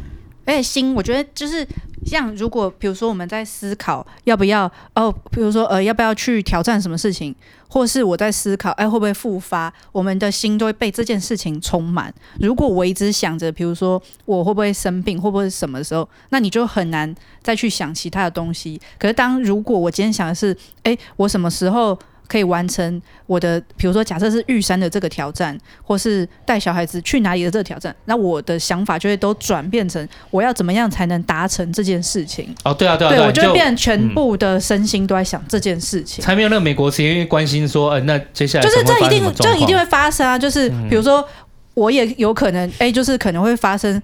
而且心，我觉得就是像如果比如说我们在思考要不要哦，比如说呃要不要去挑战什么事情，或是我在思考哎会不会复发，我们的心都会被这件事情充满。如果我一直想着，比如说我会不会生病，会不会什么时候，那你就很难再去想其他的东西。可是当如果我今天想的是哎我什么时候。可以完成我的，比如说，假设是玉山的这个挑战，或是带小孩子去哪里的这个挑战，那我的想法就会都转变成我要怎么样才能达成这件事情。
哦，对啊，对啊，啊
我就会
就
变成全部的身心都在想这件事情。
才没有那个美国时间关心说，呃，那接下来
就是
可能
这一
会发生什
定
么
这
状
一定
况嗯
会发生啊！就是比如说，我也有可能，哎、就是可能会发生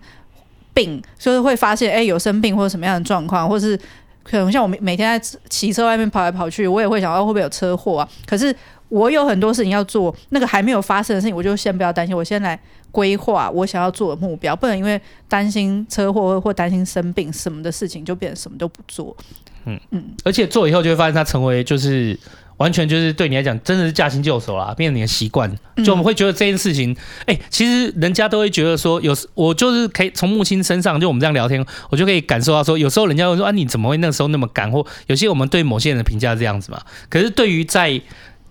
病，就是会发现哎、有生病或者什么样的状况，或是可能像我每每天在骑车外面跑来跑去，我也会想哦到会不会有车祸啊？可是我有很多事情要做，那个还没有发生的事情，我就先不要担心，我先来规划我想要做的目标，不能因为担心车祸或担心生病什么的事情，就变成什么都不做。
而且做以后就会发现它成为就是完全就是对你来讲真的是驾轻就熟啦，变成你的习惯。
嗯
就我们会觉得这件事情，哎、其实人家都会觉得说，有时我就是可以从木星身上，就我们这样聊天，我就可以感受到说，有时候人家会说啊，你怎么会那时候那么赶？或有些我们对某些人的评价是这样子嘛。可是对于在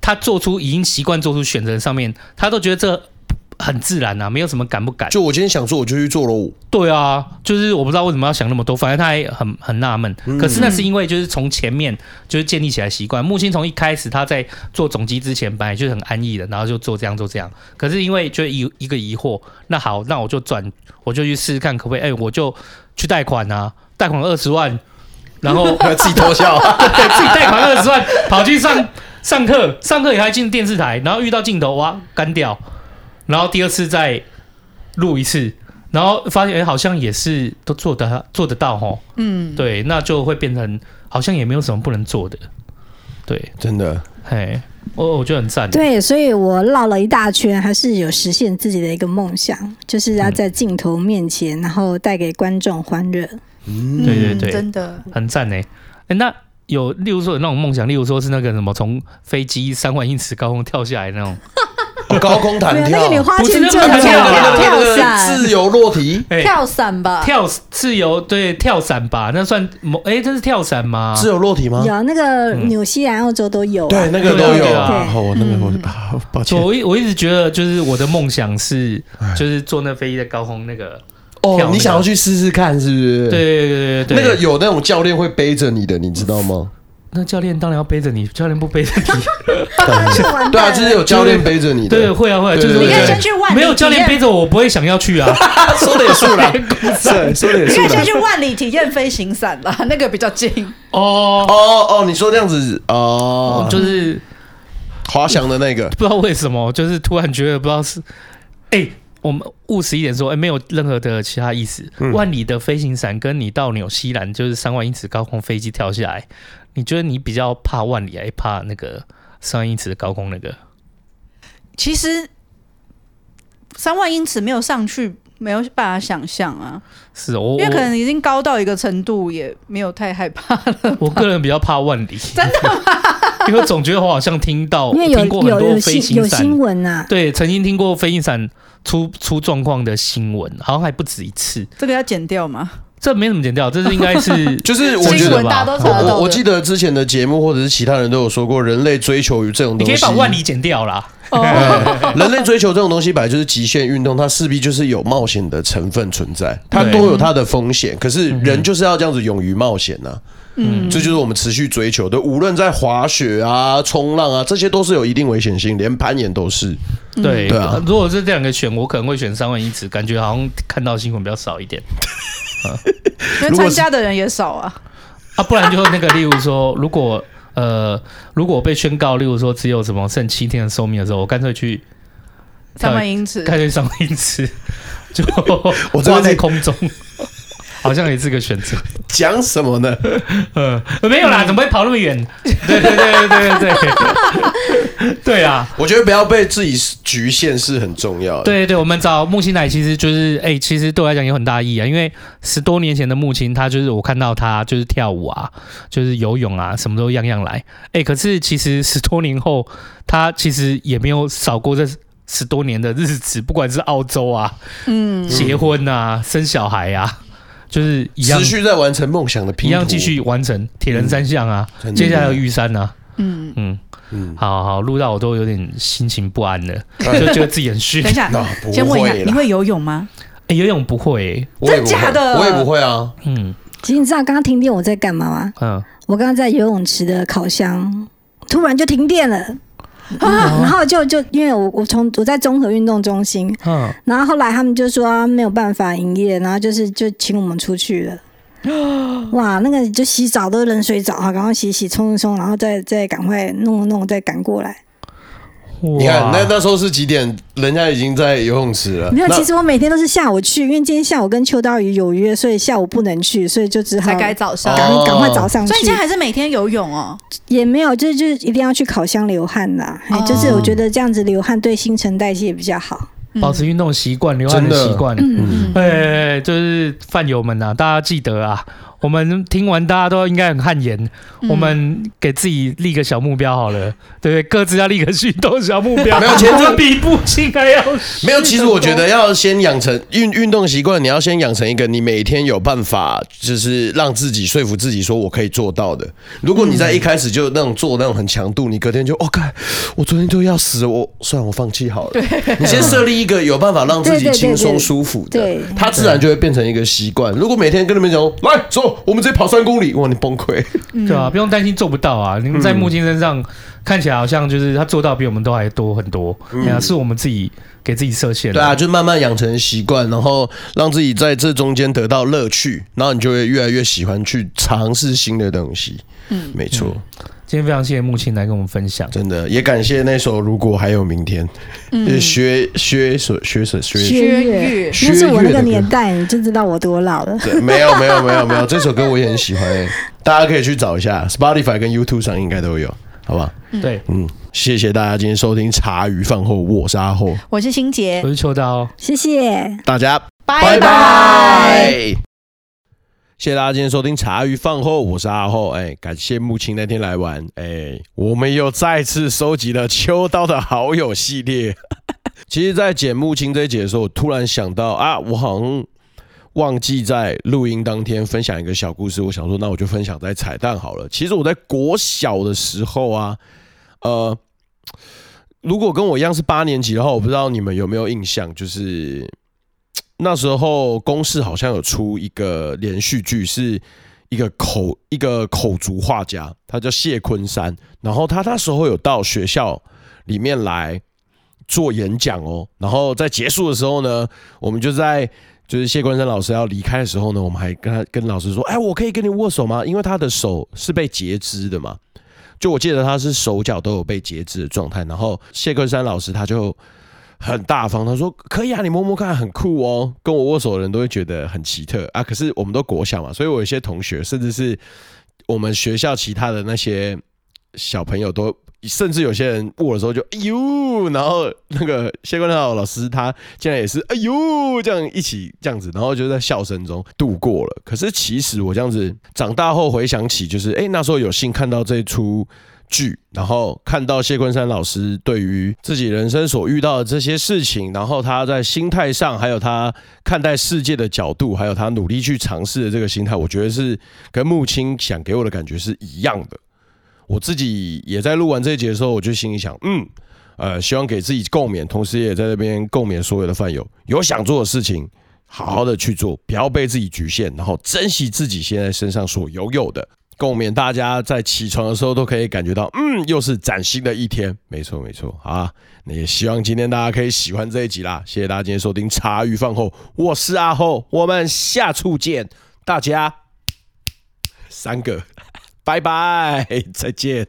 他做出已经习惯做出选择上面，他都觉得这很自然啊，没有什么敢不敢。
就我今天想做，我就去做 喽。
对啊，就是我不知道为什么要想那么多，反正他还很很纳闷。可是那是因为就是从前面就是建立起来习惯。木星从一开始他在做总机之前，本来就是很安逸的，然后就做这样做这样。可是因为就一一个疑惑，那好，那我就转，我就去试试看可不可以？哎、我就去贷款啊，贷款二十万，然后
自己偷笑，
对自己贷款二十万，跑去上上课，上课也还进电视台，然后遇到镜头哇干掉，然后第二次再录一次，然后发现哎、好像也是都做得做得到吼，
嗯，
对，那就会变成好像也没有什么不能做的，对，
真的。
嘿，我我觉得很赞，
对，所以我绕了一大圈，还是有实现自己的一个梦想，就是要在镜头面前，然后带给观众欢乐。
对对对
嗯真的，
很赞呢。哎，那有例如说有那种梦想，例如说是那个什么从飞机三万英尺高空跳下来那种，
哦高空弹
没有，
跳，
啊那个你花
不是
钱
那
就
个
能
不是那个
跳
那
跳
个
伞，
自由落体，
哎，
跳伞吧，
跳自由对跳伞吧，那算某哎、这是跳伞吗？
自由落体吗？
有那个
嗯
纽西兰、澳洲都有、啊。
对，那个都
对
有
啊
对啊
好，我那个我
嗯
啊抱
就
歉。
我一我一直觉得，就是我的梦想是，
哎
就是坐那飞机在高空那个，跳那
哦，
个
你想要去试试看是不是？
对对对对
那
对，
个有那种教练会背着你的，你知道吗？
那教练当然要背着你，教练不背着你，
对啊，就是有教练背着 你的。
对，会啊会啊，就是
对
你
对
可以
对
先去万里，
没有教练背，着我，我不会想要 去啊，
说的也是啦， 对，说的也
你
是
可以
啦
先。去万里体验飞行伞啦，那个比较近。
哦，
哦哦，你说这样子哦，
就是
滑翔的那个，
不知道为什么，就是突然觉得不知道是，哎、我们务实一点说，哎、没有任何的其他意思。
嗯
万里的飞行伞跟你到纽西兰就是三万英尺高空飞机跳下来，你觉得你比较怕万里，还怕那个三万英尺的高空那个？
其实三万英尺没有上去，没有办法想象啊，
是我
因为可
我
能已经高到一个程度，也没有太害怕 了。
我个人比较怕万里，真的 吗？因为总觉得我好像听到
因为有
听过很
有
多
有
飞
新
行
有新
伞，
闻啊呐、
对，曾经听过飞行伞出出状况的新闻，好像还不止一次。
这个要剪掉吗？
这没怎么剪掉，这是应该是
就是 我
真
觉
的
新
得
闻
吧
大家都查
我
得到
我
的
我记得之前的节目或者是其他人都有说过，人类追求于这种
你
东西，
可以把 万里剪掉啦。哦
哎人类追求这种东西本来就是极限运动，它势必就是有冒险的成分存在，它
对
都有它的风险。可
嗯
是人就是要这样子勇于冒险呐、嗯，这就是我们持续追求的。无论在滑雪啊、冲浪啊，这些都是有一定危险性，连攀岩都是。
对呃
对啊
如果是这两个选，我可能会选三万英尺，感觉好像看到新闻比较少一点
因为
如果
参
是
加的人也少啊。
啊。不然就那个，例如说，如果呃，如果被宣告，例如说只有什么剩七天的寿命的时候，我干脆去
三万英尺，
干脆上万英尺，就
我真的是
挂在 空中，好像也是个选择。
讲什么呢？
嗯，没有啦，怎么会跑那么远？ 对对对对对对 对，对啊。
我觉得不要被自己局限是很重要的。，
对对，我们找木星来，其实就是哎、其实对我来讲有很大意义啊，因为十多年前的木星，他就是我看到他就是跳舞啊，就是游泳啊，什么都样样来。哎、可是其实十多年后，他其实也没有少过这十多年的日子，不管是澳洲啊、
嗯，
结婚啊、生小孩啊，就是一样
持续在完成梦想的
一
拼图，
样继。续完成铁人三项啊，
嗯
接下来有 玉山啊，
嗯，
嗯，
嗯，
好好录到我都有点心情不安 了，就觉得自己很虚
等一。下，
那不
先问一下，
会
你
啦，
会游泳吗？
哎、游泳不会、欸，
我也不
真假
会，
的
我也不会啊。
嗯
其实你知道刚刚停电我在干嘛吗？
嗯。
我刚刚在游泳池的烤箱，突然就停电了，
嗯
啊
哦
然后就就因为我我从我在综合运动中心，
嗯，
然后后来他们就说、啊没有办法营业，然后就是就请我们出去了。
哦
哇，那个就洗澡都是冷水澡啊，赶快洗洗冲一冲，然后再再赶快弄一弄，再赶过来。
你看
哇
那那时候是几点？人家已经在游泳池
呃
了。
没有，
那
其实我每天都是下午去，因为今天下午跟邱刀鱼有约，所以下午不能去，所以就只好
才改早上。
赶赶快早上去。
哦所以你现在还是每天游泳哦？
也没有，就是就是一定要去烤箱流汗啦。哎、
哦
就是我觉得这样子流汗对新陈代谢比较好。
嗯
保持运动习惯、流汗的
真的
习惯。
嗯
哎、就是饭友们啊，大家记得啊，我们听完大家都应该很汗颜。
嗯
我们给自己立个小目标好了，对不对？各自要立个运动小目标。
没有前
我
阵
们比步应该要
没有，其实我觉得要先养成运运动习惯，你要先养成一个你每天有办法，就是让自己说服自己说我可以做到的。如果你在一开始就那种做那种很强度，你隔天就哦，看我昨天就要死了，我算了，我放弃好了。你先设立一个有办法让自己
对对对
轻松
对
舒服的
对，
它自然就会变成一个习惯。如果每天跟你们讲来走，我们直接跑三公里，哇，你崩溃。
嗯
对啊，不用担心做不到啊。你们在木青身上、看起来好像就是他做到比我们都还多很多，对啊，是我们自己给自己设限的。
嗯对啊，就慢慢养成习惯，然后让自己在这中间得到乐趣，然后你就会越来越喜欢去尝试新的东西。嗯，没错，
今天非常谢谢木青来跟我们分享。
真的也感谢那首《如果还有明天》，嗯，薛薛所薛所薛。
薛
岳
那是我那
薛岳的
个
歌
年代，你就知道我多老了。
对，没有没有没有没有，这首歌我也很喜欢、欸，大家可以去找一下，Spotify 跟 YouTube 上应该都有，好不好？
对，
嗯，谢谢大家今天收听茶余饭后卧沙后，
我是心杰
我，是秋刀。
谢谢。
大家
拜
谢谢大家今天收听茶余饭后，我是阿后。哎、感谢木青那天来玩，哎、我们又再次收集了秋刀的好友系列。其实，在剪木青这一节的时候，我突然想到啊，我好像忘记在录音当天分享一个小故事。我想说，那我就分享在彩蛋好了。其实我在国小的时候啊，呃，如果跟我一样是八年级的话，我不知道你们有没有印象，就是那时候公视好像有出一个连续剧，是一个口一个口族画家，他叫谢昆山，然后他那时候有到学校里面来做演讲哦，然后在结束的时候呢，我们就在。就是谢冠生老师要离开的时候呢，我们还跟他跟老师说：“哎，我可以跟你握手吗？”因为他的手是被截肢的嘛，就我记得他是手脚都有被截肢的状态。然后谢克山老师他就很大方，他说可以啊，你摸摸看，很酷哦。跟我握手的人都会觉得很奇特啊。可是我们都国小嘛，所以我有一些同学，甚至是我们学校其他的那些小朋友都。甚至有些人握的时候就哎呦，然后那个谢冠浩老师他竟然也是哎呦这样一起这样子，然后就在笑声中度过了。可是其实我这样子长大后回想起，就是哎、那时候有幸看到这出剧，然后看到谢坤山老师对于自己人生所遇到的这些事情，然后他在心态上，还有他看待世界的角度，还有他努力去尝试的这个心态，我觉得是跟木青想给我的感觉是一样的。我自己也在录完这一节的时候，我就心里想，嗯，呃，希望给自己共勉，同时也在这边共勉所有的饭友，有想做的事情，好好的去做，不要被自己局限，然后珍惜自己现在身上所拥有的。共勉大家在起床的时候都可以感觉到，嗯，又是崭新的一天。没错，没错，好啊，那也希望今天大家可以喜欢这一集啦。谢谢大家今天收听茶余饭后，我是阿后，我们下次见，大家三个，拜拜，再见。